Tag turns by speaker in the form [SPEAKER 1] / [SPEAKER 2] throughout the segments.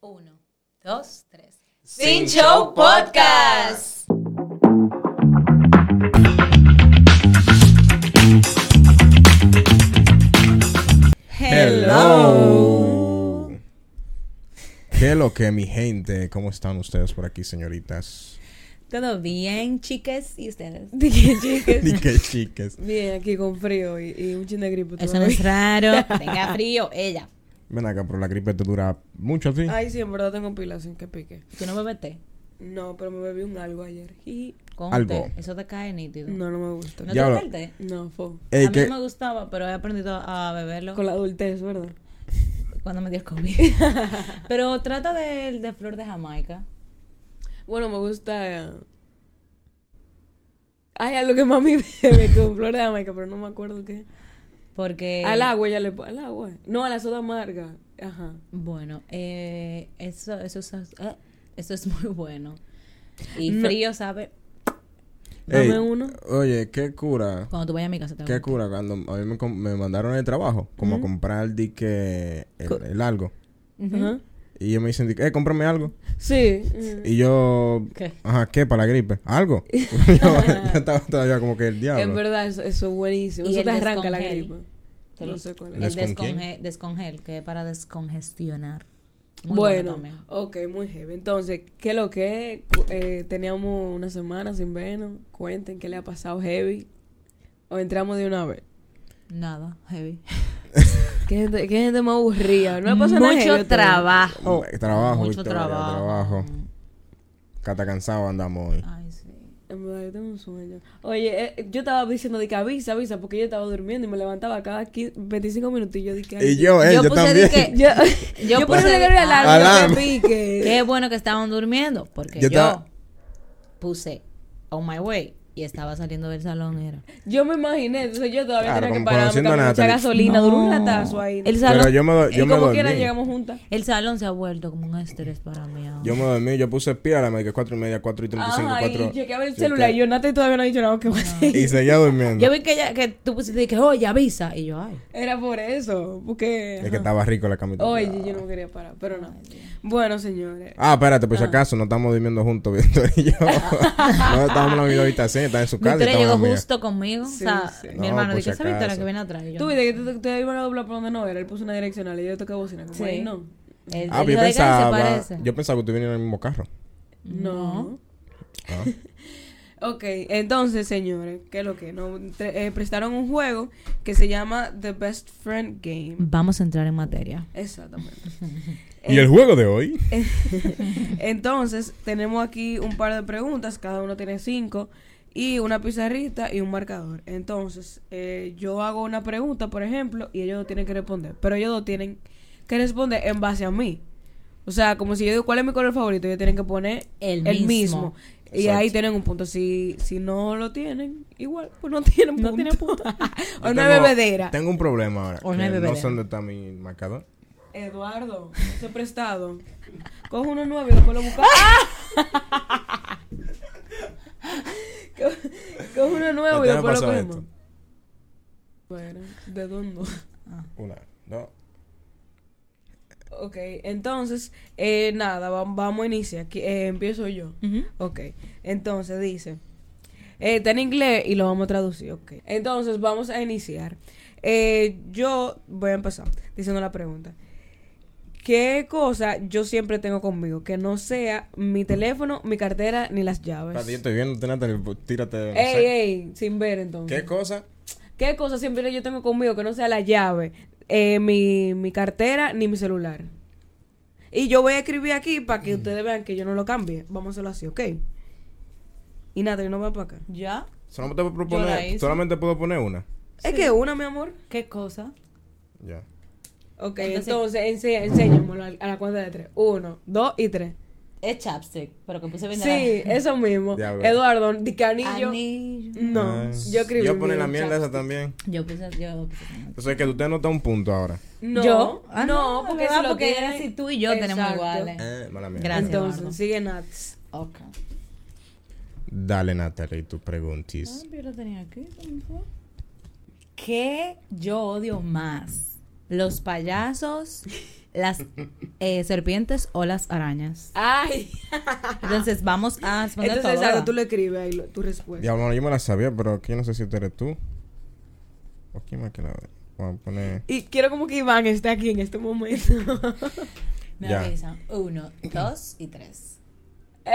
[SPEAKER 1] Uno, dos, tres.
[SPEAKER 2] Sin Show Podcast.
[SPEAKER 3] Hello. ¿Qué lo que mi gente? ¿Cómo están ustedes por aquí, señoritas?
[SPEAKER 1] ¿Todo bien, chicas? ¿Y ustedes?
[SPEAKER 2] Dije, chicas.
[SPEAKER 3] Ni qué chiques.
[SPEAKER 2] Bien, aquí con frío y, y un chin de gripe.
[SPEAKER 1] Eso no
[SPEAKER 2] todavía.
[SPEAKER 1] es raro. Tenga frío, ella.
[SPEAKER 3] Ven acá, pero la gripe te dura mucho así.
[SPEAKER 2] Ay, sí, en verdad tengo pila sin que pique.
[SPEAKER 1] ¿Tú no bebes té?
[SPEAKER 2] No, pero me bebí un algo ayer. Jiji.
[SPEAKER 1] Con
[SPEAKER 3] Algo.
[SPEAKER 1] té. Eso te cae nítido. ¿No,
[SPEAKER 2] No, no me gusta.
[SPEAKER 1] te
[SPEAKER 3] Ya Eh,
[SPEAKER 1] gusta
[SPEAKER 3] lo-
[SPEAKER 1] el té?
[SPEAKER 2] No, fue.
[SPEAKER 3] Ey,
[SPEAKER 1] a
[SPEAKER 3] que-
[SPEAKER 1] mí me gustaba, pero he aprendido a beberlo
[SPEAKER 2] Con la adultez, ¿verdad?
[SPEAKER 1] cuando me dio el COVID. pero trata de, de flor de Jamaica.
[SPEAKER 2] Bueno, me gusta. eh, Ay, algo que mami bebe con flor de Jamaica, pero no me acuerdo qué.
[SPEAKER 1] Porque...
[SPEAKER 2] Al agua ya le po- Al agua. No, a la soda amarga. Ajá.
[SPEAKER 1] Bueno, eh, eso, eso, es- ah, eso es muy bueno. Y
[SPEAKER 2] No.
[SPEAKER 1] frío, ¿sabe?
[SPEAKER 3] Ey,
[SPEAKER 2] Dame uno.
[SPEAKER 3] Oye, ¿qué cura?
[SPEAKER 1] Cuando tú vayas a mi casa te
[SPEAKER 3] ¿Qué
[SPEAKER 1] hago.
[SPEAKER 3] cura? Cuando a mí me, com- me mandaron el trabajo, como a comprar di que el, el algo.
[SPEAKER 1] Ujú.
[SPEAKER 2] Ajá.
[SPEAKER 3] Y ellos me dicen, di que, eh, cómprame algo.
[SPEAKER 2] Sí. mm.
[SPEAKER 3] Y yo,
[SPEAKER 1] ¿Qué?
[SPEAKER 3] ajá, ¿qué? ¿Para la gripe? ¿Algo? yo, yo estaba todavía como que el
[SPEAKER 2] Es
[SPEAKER 3] diablo.
[SPEAKER 2] verdad, eso, eso es buenísimo.
[SPEAKER 1] Y
[SPEAKER 2] Eso
[SPEAKER 1] el
[SPEAKER 2] te arranca la
[SPEAKER 1] descongel.
[SPEAKER 2] gripe.
[SPEAKER 1] Te
[SPEAKER 2] No
[SPEAKER 1] lo-
[SPEAKER 2] sé cuál es.
[SPEAKER 1] El
[SPEAKER 3] ¿Descon
[SPEAKER 1] desconge-
[SPEAKER 3] quién?
[SPEAKER 1] descongel, que es para descongestionar. Muy
[SPEAKER 2] Bueno,
[SPEAKER 1] también.
[SPEAKER 2] ok, muy heavy. Entonces, ¿qué lo que? Eh, teníamos una semana sin vernos. Cuenten qué le ha pasado heavy. O entramos de una vez.
[SPEAKER 1] Nada, heavy.
[SPEAKER 2] ¿Qué gente, qué gente más aburrida? No le pasa nada. heavy a
[SPEAKER 1] Mucho
[SPEAKER 2] ustedes.
[SPEAKER 1] trabajo.
[SPEAKER 3] Eh, trabajo,
[SPEAKER 1] Mucho Mm,
[SPEAKER 3] Victoria, trabajo. Cata cansado andamos hoy.
[SPEAKER 1] Ay, sí.
[SPEAKER 2] En verdad, yo tengo un sueño. Oye, eh, yo estaba diciendo de que avisa, avisa, porque yo estaba durmiendo y me levantaba cada 15 25 minutos y yo dije. ay,
[SPEAKER 3] Y yo, eh,
[SPEAKER 1] Yo
[SPEAKER 3] yo,
[SPEAKER 1] puse
[SPEAKER 3] también.
[SPEAKER 1] di que-
[SPEAKER 2] Yo,
[SPEAKER 1] Yo
[SPEAKER 2] yo,
[SPEAKER 1] puse
[SPEAKER 2] puse
[SPEAKER 1] de-
[SPEAKER 2] de la alarma,
[SPEAKER 3] Alarma.
[SPEAKER 2] que pique.
[SPEAKER 1] Qué bueno que estaban durmiendo, porque yo,
[SPEAKER 3] Yo estaba-
[SPEAKER 1] puse on my way y estaba saliendo del salón. Era.
[SPEAKER 2] Yo me imaginé, entonces yo todavía
[SPEAKER 3] Claro,
[SPEAKER 2] tenía que
[SPEAKER 3] como
[SPEAKER 2] pararme,
[SPEAKER 3] conociendo a
[SPEAKER 2] mucha
[SPEAKER 3] Natalie.
[SPEAKER 2] gasolina,
[SPEAKER 1] No.
[SPEAKER 2] duró un latazo ahí.
[SPEAKER 1] El salón,
[SPEAKER 3] Pero yo me, do-
[SPEAKER 2] Y
[SPEAKER 3] yo me
[SPEAKER 2] como
[SPEAKER 3] dormí.
[SPEAKER 2] quiera llegamos juntas.
[SPEAKER 1] el salón se ha vuelto como un estrés para mí. ahora.
[SPEAKER 3] Yo me dormí, yo puse pie a la que cuatro y media, cuatro y treinta y cinco,
[SPEAKER 2] Ajá,
[SPEAKER 3] cuatro.
[SPEAKER 2] y chequeaba el celular y yo Natalie todavía no ha dicho nada que voy a hacer.
[SPEAKER 3] Y seguía durmiendo.
[SPEAKER 1] Yo vi que, ella- que tú pusiste y que, oye, avisa. Y yo, ay.
[SPEAKER 2] Era por eso, porque...
[SPEAKER 3] Es que
[SPEAKER 2] ajá.
[SPEAKER 3] estaba rico la camita.
[SPEAKER 2] Oye, yo no quería parar, pero no. Bueno, señores.
[SPEAKER 3] Ah, espérate, por si acaso, no estamos durmiendo juntos, Víctor y yo. no estamos en la misma habitación, está en su casa. y
[SPEAKER 1] Victoria
[SPEAKER 3] estaba en la
[SPEAKER 1] llegó
[SPEAKER 3] mía.
[SPEAKER 1] justo conmigo.
[SPEAKER 2] Sí,
[SPEAKER 1] o sea,
[SPEAKER 2] sí.
[SPEAKER 1] mi
[SPEAKER 3] No,
[SPEAKER 1] hermano
[SPEAKER 3] por
[SPEAKER 1] dice,
[SPEAKER 3] si
[SPEAKER 1] esa Victoria
[SPEAKER 3] acaso.
[SPEAKER 1] que viene atrás. Y yo,
[SPEAKER 2] Tú viste que te- te iban a doblar por donde no era, él puso una direccional y yo toqué bocina, como
[SPEAKER 1] Sí.
[SPEAKER 2] ahí no.
[SPEAKER 1] El-
[SPEAKER 3] Ah,
[SPEAKER 1] el
[SPEAKER 3] pero
[SPEAKER 1] hijo
[SPEAKER 3] yo
[SPEAKER 1] de Karen se
[SPEAKER 3] pensaba,
[SPEAKER 1] parece.
[SPEAKER 3] yo pensaba que tú venías en el mismo carro.
[SPEAKER 2] No.
[SPEAKER 3] Ah.
[SPEAKER 2] Ok, entonces, señores, ¿qué es lo que? Nos tre- eh, prestaron un juego que se llama The Best Friend Game.
[SPEAKER 1] Vamos a entrar en materia.
[SPEAKER 2] Exactamente.
[SPEAKER 3] Mm.
[SPEAKER 2] Eh.
[SPEAKER 3] Y el juego de hoy.
[SPEAKER 2] Entonces, tenemos aquí un par de preguntas, cada uno tiene cinco, y una pizarrita y un marcador. Entonces, eh, yo hago una pregunta, por ejemplo, y ellos dos tienen que responder, pero ellos dos tienen que responder en base a mí. O sea, como si yo digo, ¿cuál es mi color favorito? Ellos tienen que poner
[SPEAKER 1] El
[SPEAKER 2] el,
[SPEAKER 1] mismo.
[SPEAKER 2] mismo. Y
[SPEAKER 3] Exacto.
[SPEAKER 2] ahí tienen un punto. Si, si no lo tienen, igual, pues no tienen punto. No tienen punto. o
[SPEAKER 3] Yo
[SPEAKER 2] no hay
[SPEAKER 3] tengo-
[SPEAKER 2] bebedera.
[SPEAKER 3] Tengo un problema ahora.
[SPEAKER 1] O no hay
[SPEAKER 3] que No
[SPEAKER 1] bebedera.
[SPEAKER 3] sé dónde está mi marcador.
[SPEAKER 2] Eduardo, te he prestado. Coge uno nuevo y después lo buscamos. Co- Coge uno nuevo y
[SPEAKER 3] Ustedes
[SPEAKER 2] después lo
[SPEAKER 3] pasan
[SPEAKER 2] cogemos.
[SPEAKER 3] esto.
[SPEAKER 2] Bueno, de dónde.
[SPEAKER 3] Una, dos.
[SPEAKER 2] Ok, entonces, eh, nada, vam- vamos a iniciar. Aquí, eh, empiezo yo. Ok, entonces dice, eh, está en inglés y lo vamos a traducir, ok. Entonces vamos a iniciar. Eh, yo voy a empezar diciendo la pregunta. ¿Qué cosa yo siempre tengo conmigo? Que no sea mi teléfono, mi cartera, ni las llaves.
[SPEAKER 3] Espérate, yo estoy viendo, Natalie, pues, tírate. no sé.
[SPEAKER 2] Ey, ey, sin ver entonces.
[SPEAKER 3] ¿Qué cosa?
[SPEAKER 2] ¿Qué cosa siempre yo tengo conmigo que no sea la llave, eh, mi, mi cartera, ni mi celular? Y yo voy a escribir aquí para que ustedes vean que yo no lo cambie. Vamos a hacerlo así, ¿ok? Y nada, yo no voy para acá.
[SPEAKER 1] ¿Ya?
[SPEAKER 3] Solamente puedo
[SPEAKER 1] Yo la
[SPEAKER 3] proponer,
[SPEAKER 1] hice.
[SPEAKER 3] solamente puedo poner una.
[SPEAKER 2] Es que una, mi amor.
[SPEAKER 1] ¿Qué cosa?
[SPEAKER 3] Ya.
[SPEAKER 2] Ok,
[SPEAKER 1] Entonces-
[SPEAKER 2] entonces, ense- enséñamelo al- a la cuenta de tres. Uno, dos y tres.
[SPEAKER 1] Es chapstick, pero que puse bien
[SPEAKER 2] Sí, eso mismo.
[SPEAKER 3] Diablo.
[SPEAKER 2] Eduardo, di que anillo.
[SPEAKER 1] Anillo.
[SPEAKER 2] No,
[SPEAKER 3] Ah,
[SPEAKER 2] yo escribí.
[SPEAKER 3] Yo poner la
[SPEAKER 2] mío,
[SPEAKER 3] mierda
[SPEAKER 2] chao.
[SPEAKER 3] esa también.
[SPEAKER 1] Yo puse, yo puse.
[SPEAKER 3] Entonces, que usted anota un punto ahora.
[SPEAKER 2] No,
[SPEAKER 1] ¿Yo? Ah,
[SPEAKER 2] no,
[SPEAKER 1] no,
[SPEAKER 2] porque,
[SPEAKER 1] ¿verdad?
[SPEAKER 2] si lo
[SPEAKER 1] Porque era
[SPEAKER 2] tiene-
[SPEAKER 1] si tú y yo tenemos iguales.
[SPEAKER 3] Eh, mala mía.
[SPEAKER 1] Gracias.
[SPEAKER 2] Entonces,
[SPEAKER 1] Eduardo.
[SPEAKER 2] sigue Nats.
[SPEAKER 1] Ok.
[SPEAKER 3] Dale, Natalie, tus Ah,
[SPEAKER 2] Pues
[SPEAKER 3] preguntas.
[SPEAKER 1] yo lo tenía aquí. ¿Qué yo odio más? los payasos, las eh, serpientes o las arañas.
[SPEAKER 2] Ay.
[SPEAKER 1] Entonces vamos a responder
[SPEAKER 2] Entonces,
[SPEAKER 1] todo,
[SPEAKER 2] ahora
[SPEAKER 1] ¿verdad?
[SPEAKER 2] tú le escribes ahí lo- tu respuesta.
[SPEAKER 3] Diablo, no, yo me la sabía, pero aquí no sé si tú eres tú. ¿O quién más que la Vamos a poner.
[SPEAKER 2] Y quiero como que Iván esté aquí en este momento.
[SPEAKER 1] Me
[SPEAKER 3] Ya.
[SPEAKER 1] avisan. Uno, dos y tres.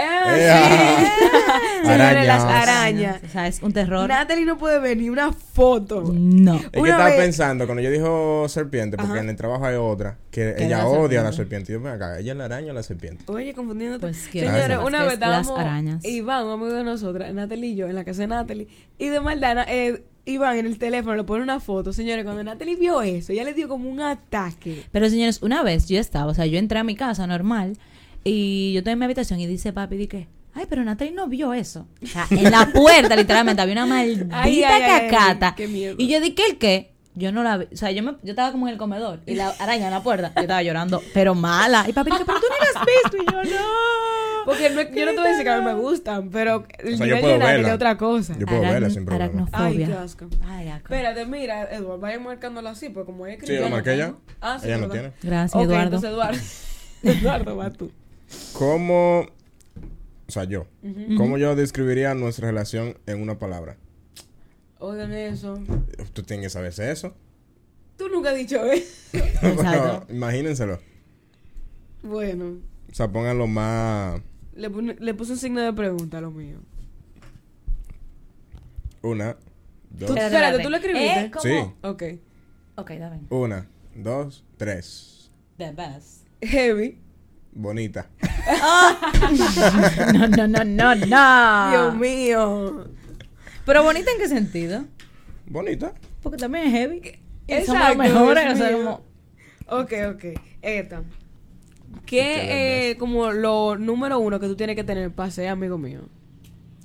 [SPEAKER 2] ¡Eh! sí. Señores, las
[SPEAKER 3] Arañas.
[SPEAKER 2] arañas.
[SPEAKER 1] O sea, es un terror.
[SPEAKER 2] Natalie no puede ver ni una foto.
[SPEAKER 1] No.
[SPEAKER 3] Es que
[SPEAKER 2] Una
[SPEAKER 3] estaba
[SPEAKER 2] vez-
[SPEAKER 3] pensando, cuando yo dijo serpiente, porque
[SPEAKER 2] Ajá.
[SPEAKER 3] en el trabajo hay otra, que
[SPEAKER 1] Que
[SPEAKER 3] ella
[SPEAKER 1] la
[SPEAKER 3] odia a la
[SPEAKER 1] serpiente.
[SPEAKER 3] serpiente. Yo, ven acá, ¿ella es la araña o la serpiente?
[SPEAKER 2] Oye, confundiéndote.
[SPEAKER 1] Pues, ¿qué
[SPEAKER 2] Señores,
[SPEAKER 3] pasa?
[SPEAKER 2] una
[SPEAKER 1] Es
[SPEAKER 2] vez
[SPEAKER 1] que es las
[SPEAKER 2] estábamos.
[SPEAKER 1] arañas.
[SPEAKER 2] Iván, un amigo de nosotras, Natalie y yo, en la casa de Natalie. Y de Maldana, eh, Iván en el teléfono le pone una foto. Señores, cuando Natalie vio eso, ella le dio como un ataque.
[SPEAKER 1] Pero señores, una vez yo estaba, o sea, yo entré a mi casa normal y yo estoy en mi habitación y dice papi, di que, ay, pero Natalie no vio eso. O sea, en la puerta literalmente había una maldita
[SPEAKER 2] Ay, ay, ay,
[SPEAKER 1] cacata.
[SPEAKER 2] qué miedo.
[SPEAKER 1] Y yo dije, ¿el qué? Yo no la vi, o sea, yo, me, yo estaba como en el comedor y la araña en la puerta, yo estaba llorando, pero mala. Y papi dije, pero tú no la has visto. Y yo, no.
[SPEAKER 2] Porque no- yo no te voy a decir que a mí me gustan, pero el
[SPEAKER 3] O sea, yo
[SPEAKER 2] nivel
[SPEAKER 3] puedo
[SPEAKER 2] de Natalie
[SPEAKER 3] verla.
[SPEAKER 2] es otra cosa.
[SPEAKER 3] Yo puedo
[SPEAKER 1] Aracn-
[SPEAKER 3] verla sin problema.
[SPEAKER 2] Ay, qué
[SPEAKER 1] Aracnofobia.
[SPEAKER 2] asco.
[SPEAKER 1] Ay, asco.
[SPEAKER 2] Espérate, mira, Eduardo, vaya marcándolo así, porque como ella
[SPEAKER 3] Sí, yo la marqué ya.
[SPEAKER 2] Ah, sí,
[SPEAKER 3] ella no
[SPEAKER 2] ¿verdad?
[SPEAKER 3] tiene.
[SPEAKER 1] Gracias,
[SPEAKER 2] Ok,
[SPEAKER 1] Eduardo.
[SPEAKER 2] entonces Eduardo. Eduardo, va tú.
[SPEAKER 3] ¿Cómo. O sea, yo. ¿Cómo yo describiría nuestra relación en una palabra?
[SPEAKER 2] Oigan eso.
[SPEAKER 3] Tú tienes que saberse eso.
[SPEAKER 2] Tú nunca has dicho eso.
[SPEAKER 1] Exacto.
[SPEAKER 3] imagínenselo.
[SPEAKER 2] Bueno,
[SPEAKER 3] O sea, pónganlo más.
[SPEAKER 2] le, pone- le puse un signo de pregunta a lo mío.
[SPEAKER 3] Una, dos,
[SPEAKER 2] Tú- Espérate, ¿tú lo escribiste?
[SPEAKER 1] Eh, ¿cómo?
[SPEAKER 3] Sí.
[SPEAKER 2] Ok.
[SPEAKER 1] Ok, dame.
[SPEAKER 3] una, dos, tres.
[SPEAKER 1] The best.
[SPEAKER 2] Heavy.
[SPEAKER 3] Bonita.
[SPEAKER 1] No, no, no, no, no.
[SPEAKER 2] Dios mío.
[SPEAKER 1] Pero bonita en qué sentido?
[SPEAKER 3] Bonita.
[SPEAKER 1] Porque también es heavy.
[SPEAKER 2] Exacto,
[SPEAKER 1] Exacto, somos mejores,
[SPEAKER 2] Dios
[SPEAKER 1] o sea,
[SPEAKER 2] mío.
[SPEAKER 1] como
[SPEAKER 2] Ok, ok. Esta.
[SPEAKER 3] Qué
[SPEAKER 2] ¿Qué eh, como lo número uno que tú tienes que tener para ser amigo mío?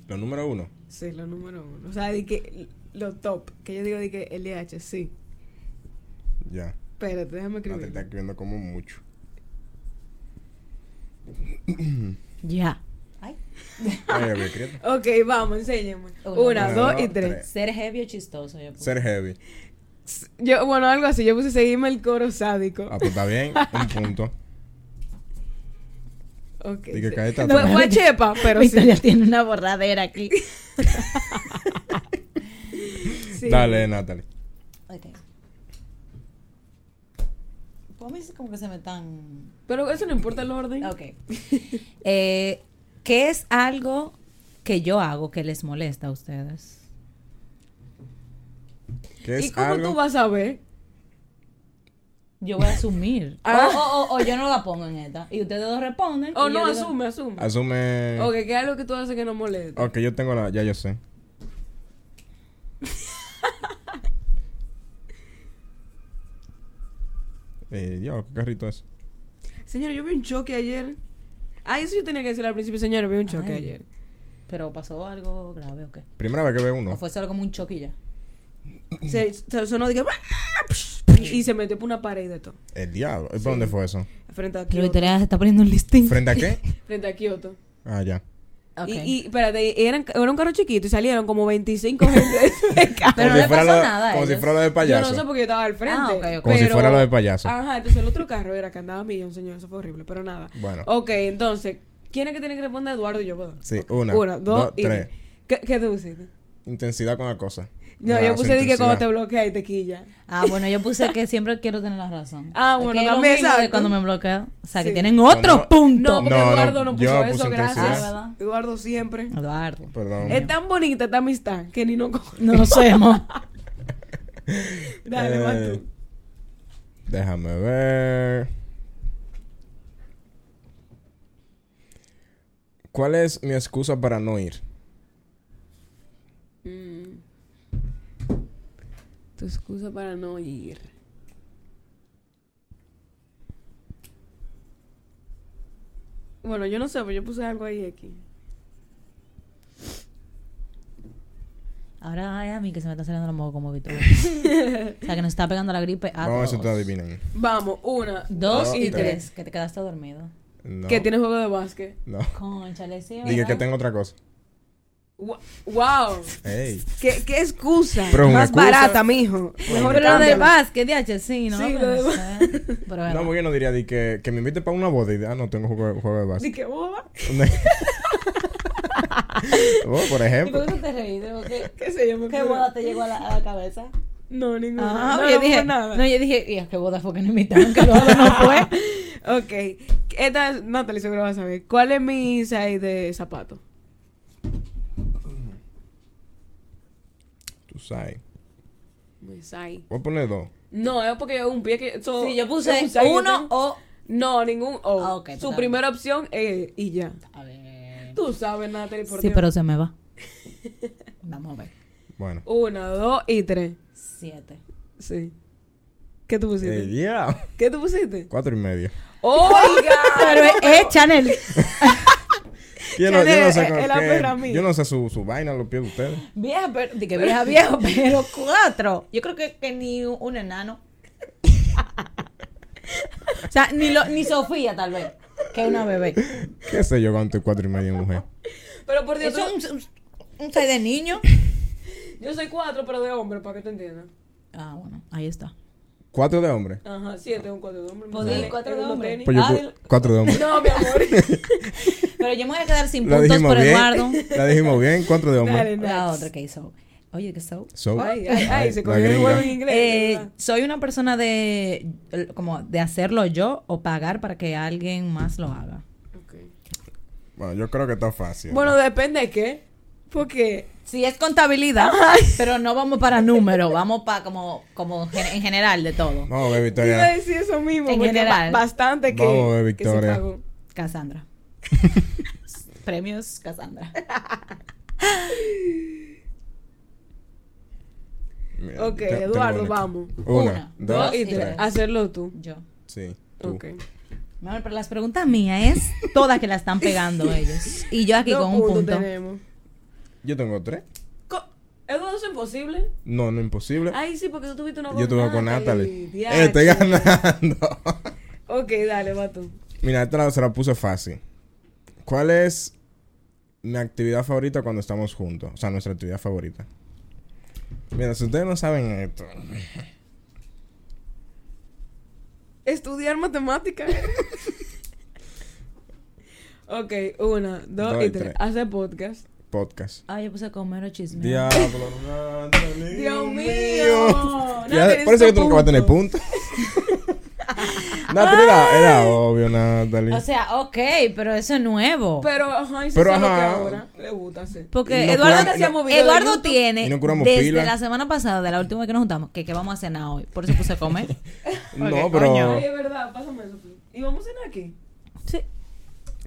[SPEAKER 3] Lo número uno.
[SPEAKER 2] Sí, lo número uno. O sea, de que lo top. Que yo digo de que LH, sí.
[SPEAKER 3] Ya.
[SPEAKER 2] Espérate, déjame
[SPEAKER 3] No te está
[SPEAKER 2] escribir.
[SPEAKER 3] escribiendo como mucho.
[SPEAKER 1] ya. Ay.
[SPEAKER 3] Ay, me escribe.
[SPEAKER 2] Ok, vamos, enséñame.
[SPEAKER 1] Una,
[SPEAKER 2] Una,
[SPEAKER 3] dos,
[SPEAKER 2] dos y
[SPEAKER 3] tres.
[SPEAKER 2] tres.
[SPEAKER 1] Ser heavy o chistoso. Yo puse.
[SPEAKER 3] Ser heavy.
[SPEAKER 2] Yo, bueno, algo así. Yo puse seguirme el coro sádico.
[SPEAKER 3] Ah, pues está bien. Un punto.
[SPEAKER 2] Ok.
[SPEAKER 3] Y que
[SPEAKER 2] sí.
[SPEAKER 3] cae esta
[SPEAKER 2] Fue-
[SPEAKER 3] tarde.
[SPEAKER 2] fue chepa, pero sí.
[SPEAKER 1] Victoria tiene una borradera aquí.
[SPEAKER 2] sí.
[SPEAKER 3] Dale, Natalie.
[SPEAKER 1] ok. Pues a mí sí como que se me están...
[SPEAKER 2] Pero eso no importa el orden.
[SPEAKER 1] Ok. Eh, ¿Qué es algo que yo hago que les molesta a ustedes?
[SPEAKER 3] ¿Qué
[SPEAKER 2] ¿Y
[SPEAKER 3] es
[SPEAKER 2] cómo
[SPEAKER 3] algo?
[SPEAKER 2] tú vas a ver?
[SPEAKER 1] Yo voy a asumir.
[SPEAKER 2] Ah.
[SPEAKER 1] O, o- o- o yo no la pongo en esta. Y ustedes dos responden.
[SPEAKER 2] O
[SPEAKER 1] y
[SPEAKER 2] no,
[SPEAKER 1] yo digo-
[SPEAKER 2] asume, asume.
[SPEAKER 3] Asume.
[SPEAKER 2] Ok, que es algo que tú haces que no molesta.
[SPEAKER 3] ok, yo tengo la. Ya yo sé. eh, diablo, ¿qué carrito es?
[SPEAKER 2] Señora, yo vi un choque ayer. Ah, eso yo tenía que decir al principio, señora, vi un choque
[SPEAKER 1] Ay.
[SPEAKER 2] ayer.
[SPEAKER 1] Pero pasó algo grave o qué.
[SPEAKER 3] Primera vez que veo uno.
[SPEAKER 1] O Ah, fue solo como un choquilla.
[SPEAKER 2] Se, se sonó dije, y se metió por una pared de todo.
[SPEAKER 3] El diablo. ¿Para dónde fue eso?
[SPEAKER 2] Frente a
[SPEAKER 1] Pero
[SPEAKER 2] Kioto.
[SPEAKER 1] Victoria se está poniendo un listín.
[SPEAKER 3] ¿Frente a qué?
[SPEAKER 2] Frente a Kioto.
[SPEAKER 3] Ah, ya.
[SPEAKER 1] Ok.
[SPEAKER 2] Y, y espérate, y eran, era un carro chiquito y salieron como 25 gente de ese carro.
[SPEAKER 1] Pero no le
[SPEAKER 3] fuera
[SPEAKER 1] pasó
[SPEAKER 3] lo-
[SPEAKER 1] nada a
[SPEAKER 3] Como si
[SPEAKER 1] ellos.
[SPEAKER 3] fuera lo de payaso.
[SPEAKER 2] Yo no sé porque yo estaba al frente.
[SPEAKER 1] Ah, ok, ok.
[SPEAKER 3] Como si fuera lo de payaso.
[SPEAKER 2] Ajá, entonces el otro carro era que andaba millón, señor. Eso fue horrible, pero nada.
[SPEAKER 3] Bueno.
[SPEAKER 2] Ok, entonces, ¿quién es que tiene que responder? Eduardo y yo, ¿verdad?
[SPEAKER 3] Sí,
[SPEAKER 2] Ok.
[SPEAKER 3] una,
[SPEAKER 2] dos,
[SPEAKER 3] dos,
[SPEAKER 2] y
[SPEAKER 3] tres.
[SPEAKER 2] ¿Qué, ¿Qué tú pusiste?
[SPEAKER 3] Intensidad con la cosa.
[SPEAKER 2] No,
[SPEAKER 3] La-
[SPEAKER 2] yo
[SPEAKER 3] Ah, su
[SPEAKER 2] puse di que cuando te
[SPEAKER 3] intensidad.
[SPEAKER 2] bloquea y te quilla.
[SPEAKER 1] Ah, bueno, yo puse que siempre quiero tener la razón.
[SPEAKER 2] Ah, bueno,
[SPEAKER 1] Que es lo
[SPEAKER 2] también,
[SPEAKER 1] mismo de
[SPEAKER 2] exacto.
[SPEAKER 1] cuando me bloqueo. O sea,
[SPEAKER 2] Sí.
[SPEAKER 1] que tienen otro
[SPEAKER 3] No, no.
[SPEAKER 1] punto.
[SPEAKER 2] No, porque
[SPEAKER 3] No, no,
[SPEAKER 2] Eduardo no, puso
[SPEAKER 3] yo
[SPEAKER 2] eso,
[SPEAKER 3] puse
[SPEAKER 2] gracias.
[SPEAKER 1] intensidad. Ah, ¿verdad?
[SPEAKER 2] Eduardo siempre.
[SPEAKER 1] Eduardo.
[SPEAKER 3] Perdón.
[SPEAKER 2] Es tan bonita esta amistad que ni no coge.
[SPEAKER 1] No lo sé, mo.
[SPEAKER 2] Dale, vas
[SPEAKER 3] Eh,
[SPEAKER 2] tú.
[SPEAKER 3] Déjame ver. ¿Cuál es mi excusa para no ir?
[SPEAKER 2] Mm. Tu excusa para no ir. Bueno, yo no sé, pero yo puse algo ahí aquí.
[SPEAKER 1] Ahora ay, a mí que se me está saliendo los mocos como Victoria. o sea, que nos está pegando la gripe a
[SPEAKER 3] Vamos a ver si
[SPEAKER 1] todos.
[SPEAKER 3] te adivinan.
[SPEAKER 2] Vamos, una,
[SPEAKER 1] Dos
[SPEAKER 3] Dos
[SPEAKER 1] y
[SPEAKER 3] y
[SPEAKER 1] tres. Que te quedaste dormido.
[SPEAKER 3] No.
[SPEAKER 2] que tiene juego de básquet.
[SPEAKER 3] No.
[SPEAKER 1] Conchale, sí,
[SPEAKER 3] Dije
[SPEAKER 1] ¿verdad?
[SPEAKER 3] que tengo otra cosa.
[SPEAKER 2] Wa- Wow.
[SPEAKER 3] Ey.
[SPEAKER 2] ¿Qué, qué excusa?
[SPEAKER 3] Pero una
[SPEAKER 2] Más
[SPEAKER 3] excusa-
[SPEAKER 2] barata, mijo. Mejor
[SPEAKER 1] Pero lo
[SPEAKER 2] cámbiala.
[SPEAKER 1] del básquet, DH, sí, ¿no?
[SPEAKER 2] Sí,
[SPEAKER 1] Pero
[SPEAKER 2] lo
[SPEAKER 1] no
[SPEAKER 2] de
[SPEAKER 1] sé. Pero
[SPEAKER 3] No,
[SPEAKER 1] bueno.
[SPEAKER 3] porque yo no diría de que, que me invite para una boda y de, ah, no tengo juego, juego de
[SPEAKER 2] Di
[SPEAKER 3] básquet.
[SPEAKER 2] que boba.
[SPEAKER 3] Oh, por
[SPEAKER 1] ¿Y por
[SPEAKER 3] ejemplo.
[SPEAKER 1] qué tú te reíste? ¿Por ¿Qué,
[SPEAKER 2] ¿Qué se llama?
[SPEAKER 1] ¿Qué boda te llegó a la, a la cabeza?
[SPEAKER 2] No, ninguna.
[SPEAKER 1] Ah,
[SPEAKER 2] no,
[SPEAKER 1] yo
[SPEAKER 2] no
[SPEAKER 1] dije,
[SPEAKER 2] fue nada.
[SPEAKER 1] no, yo dije, "Y, ¿qué boda fue que no invitaron? Que lo no fue.
[SPEAKER 2] ok. Esta, Natalie, seguro vas a saber. ¿Cuál es mi size de zapato?
[SPEAKER 3] Tú sabes.
[SPEAKER 2] Mi size.
[SPEAKER 3] Voy a poner dos.
[SPEAKER 2] No, es porque yo un pie que. so-
[SPEAKER 1] Sí, yo
[SPEAKER 2] es
[SPEAKER 1] puse
[SPEAKER 2] un size que
[SPEAKER 1] uno
[SPEAKER 2] tengo.
[SPEAKER 1] o...
[SPEAKER 2] No, ningún. O.
[SPEAKER 1] Ah, ok, tú
[SPEAKER 2] Su
[SPEAKER 1] sabes.
[SPEAKER 2] primera opción es y ya.
[SPEAKER 1] A ver.
[SPEAKER 2] Tú sabes, Natalie, por
[SPEAKER 1] Sí,
[SPEAKER 2] Dios.
[SPEAKER 1] pero se me va. Vamos a ver.
[SPEAKER 3] Bueno.
[SPEAKER 2] Una, dos y tres.
[SPEAKER 1] Siete.
[SPEAKER 2] Sí. ¿Qué tú pusiste?
[SPEAKER 3] Eh, yeah.
[SPEAKER 2] ¿Qué tú pusiste?
[SPEAKER 3] Cuatro y medio.
[SPEAKER 2] ¡Oiga!
[SPEAKER 1] Pero es, es Chanel.
[SPEAKER 3] Yo no, yo no sé,
[SPEAKER 2] Eh,
[SPEAKER 3] con
[SPEAKER 2] eh, la
[SPEAKER 3] qué-
[SPEAKER 2] perra mía.
[SPEAKER 3] yo no sé su, su vaina, los pies de ustedes.
[SPEAKER 1] Vieja, pero, de que vieja, viejo, pero cuatro. Yo creo que, que ni un, un enano. o sea, ni, lo- ni Sofía, tal vez, que es una bebé.
[SPEAKER 3] ¿Qué sé yo cuánto es cuatro y medio mujer?
[SPEAKER 2] Pero por Dios,
[SPEAKER 1] Eso
[SPEAKER 2] tú-
[SPEAKER 1] es un, un, un seis de niño.
[SPEAKER 2] yo soy cuatro, pero de hombre, para que te entiendan.
[SPEAKER 1] Ah, bueno, ahí está.
[SPEAKER 3] ¿Cuatro de hombre?
[SPEAKER 2] Ajá, siete, un cuatro de hombre. me
[SPEAKER 1] Podí,
[SPEAKER 2] sale
[SPEAKER 1] cuatro
[SPEAKER 2] en
[SPEAKER 1] de
[SPEAKER 2] unos
[SPEAKER 1] hombre.
[SPEAKER 2] tenis.
[SPEAKER 3] Pues yo,
[SPEAKER 1] Ay.
[SPEAKER 3] pu- cuatro de hombre.
[SPEAKER 2] No, mi amor.
[SPEAKER 1] Pero yo me voy a quedar sin
[SPEAKER 3] La
[SPEAKER 1] puntos
[SPEAKER 3] dijimos
[SPEAKER 1] por
[SPEAKER 3] bien.
[SPEAKER 1] Eduardo.
[SPEAKER 3] La dijimos bien, cuatro de hombre.
[SPEAKER 2] Dale,
[SPEAKER 1] La
[SPEAKER 2] Nats.
[SPEAKER 1] otra que hizo. Oye, ¿qué hizo?
[SPEAKER 3] So,
[SPEAKER 2] Ay, ay, ay, se
[SPEAKER 3] la
[SPEAKER 2] cogió el
[SPEAKER 3] gringa.
[SPEAKER 2] huevo en inglés.
[SPEAKER 1] Eh,
[SPEAKER 2] ¿verdad?
[SPEAKER 1] soy una persona de el- como de hacerlo yo o pagar para que alguien más lo haga.
[SPEAKER 3] Bueno, yo creo que está fácil.
[SPEAKER 2] Bueno, depende de qué. Porque.
[SPEAKER 1] Si es contabilidad, pero no vamos para número, vamos para como como gen- en general de todo.
[SPEAKER 3] Vamos a ver,
[SPEAKER 2] Te iba
[SPEAKER 3] Victoria.
[SPEAKER 2] a decir eso mismo.
[SPEAKER 1] En
[SPEAKER 2] porque
[SPEAKER 1] general.
[SPEAKER 2] ba- Bastante que.
[SPEAKER 3] Vamos a ver,
[SPEAKER 2] que se
[SPEAKER 3] Victoria.
[SPEAKER 2] pagó.
[SPEAKER 1] Cassandra. Premios Cassandra.
[SPEAKER 3] Mira,
[SPEAKER 2] Ok,
[SPEAKER 3] te- tengo
[SPEAKER 2] Eduardo,
[SPEAKER 3] una.
[SPEAKER 2] vamos.
[SPEAKER 3] Una,
[SPEAKER 1] Una,
[SPEAKER 3] dos,
[SPEAKER 1] dos
[SPEAKER 2] Y
[SPEAKER 1] Sí,
[SPEAKER 2] tres.
[SPEAKER 1] tres.
[SPEAKER 2] Hacerlo tú.
[SPEAKER 1] Yo.
[SPEAKER 3] Sí, tú.
[SPEAKER 2] Ok.
[SPEAKER 1] Mi amor, pero las preguntas mías es todas que la están pegando ellos. Y yo aquí
[SPEAKER 2] Dos
[SPEAKER 1] con un
[SPEAKER 2] puntos
[SPEAKER 1] punto.
[SPEAKER 2] tenemos.
[SPEAKER 3] Yo tengo tres.
[SPEAKER 2] Co- Eduardo, eso es imposible.
[SPEAKER 3] No, no imposible.
[SPEAKER 2] Ay, sí, porque tú tuviste una
[SPEAKER 3] yo tuve con Natalie. Eh, estoy
[SPEAKER 2] diache.
[SPEAKER 3] ganando.
[SPEAKER 2] Ok, dale, va tú.
[SPEAKER 3] Mira, esta la- se la puse fácil. ¿Cuál es mi actividad favorita cuando estamos juntos? O sea, nuestra actividad favorita. Mira, si ustedes no saben esto.
[SPEAKER 2] Estudiar matemática. ok, una, dos, y tres. Hacer podcast.
[SPEAKER 3] Podcast.
[SPEAKER 1] Ay, yo puse comer o chisme.
[SPEAKER 3] Diablo, Natalie.
[SPEAKER 2] Dios mío.
[SPEAKER 3] Ya,
[SPEAKER 2] Natalie,
[SPEAKER 3] parece que
[SPEAKER 2] esto
[SPEAKER 3] tú nunca vas a tener punto. Natalie era, era obvio, Natalie.
[SPEAKER 1] O sea, ok, pero eso es nuevo.
[SPEAKER 2] Pero, ajá, eso
[SPEAKER 3] Pero,
[SPEAKER 2] es lo que
[SPEAKER 3] ajá.
[SPEAKER 2] ahora le gusta hacer.
[SPEAKER 1] Porque
[SPEAKER 3] Y no
[SPEAKER 1] Eduardo,
[SPEAKER 3] curamos-
[SPEAKER 1] Eduardo
[SPEAKER 2] y no-
[SPEAKER 1] Eduardo
[SPEAKER 3] Y
[SPEAKER 1] tiene
[SPEAKER 3] no curamos
[SPEAKER 1] desde
[SPEAKER 3] pila.
[SPEAKER 1] la semana pasada, de la última vez que nos juntamos, que, que vamos a cenar hoy. Por eso puse comer.
[SPEAKER 3] no,
[SPEAKER 1] ok,
[SPEAKER 3] pero.
[SPEAKER 1] coño.
[SPEAKER 2] Ay, es verdad, pásame eso. please. ¿Y vamos a cenar aquí?
[SPEAKER 1] sí.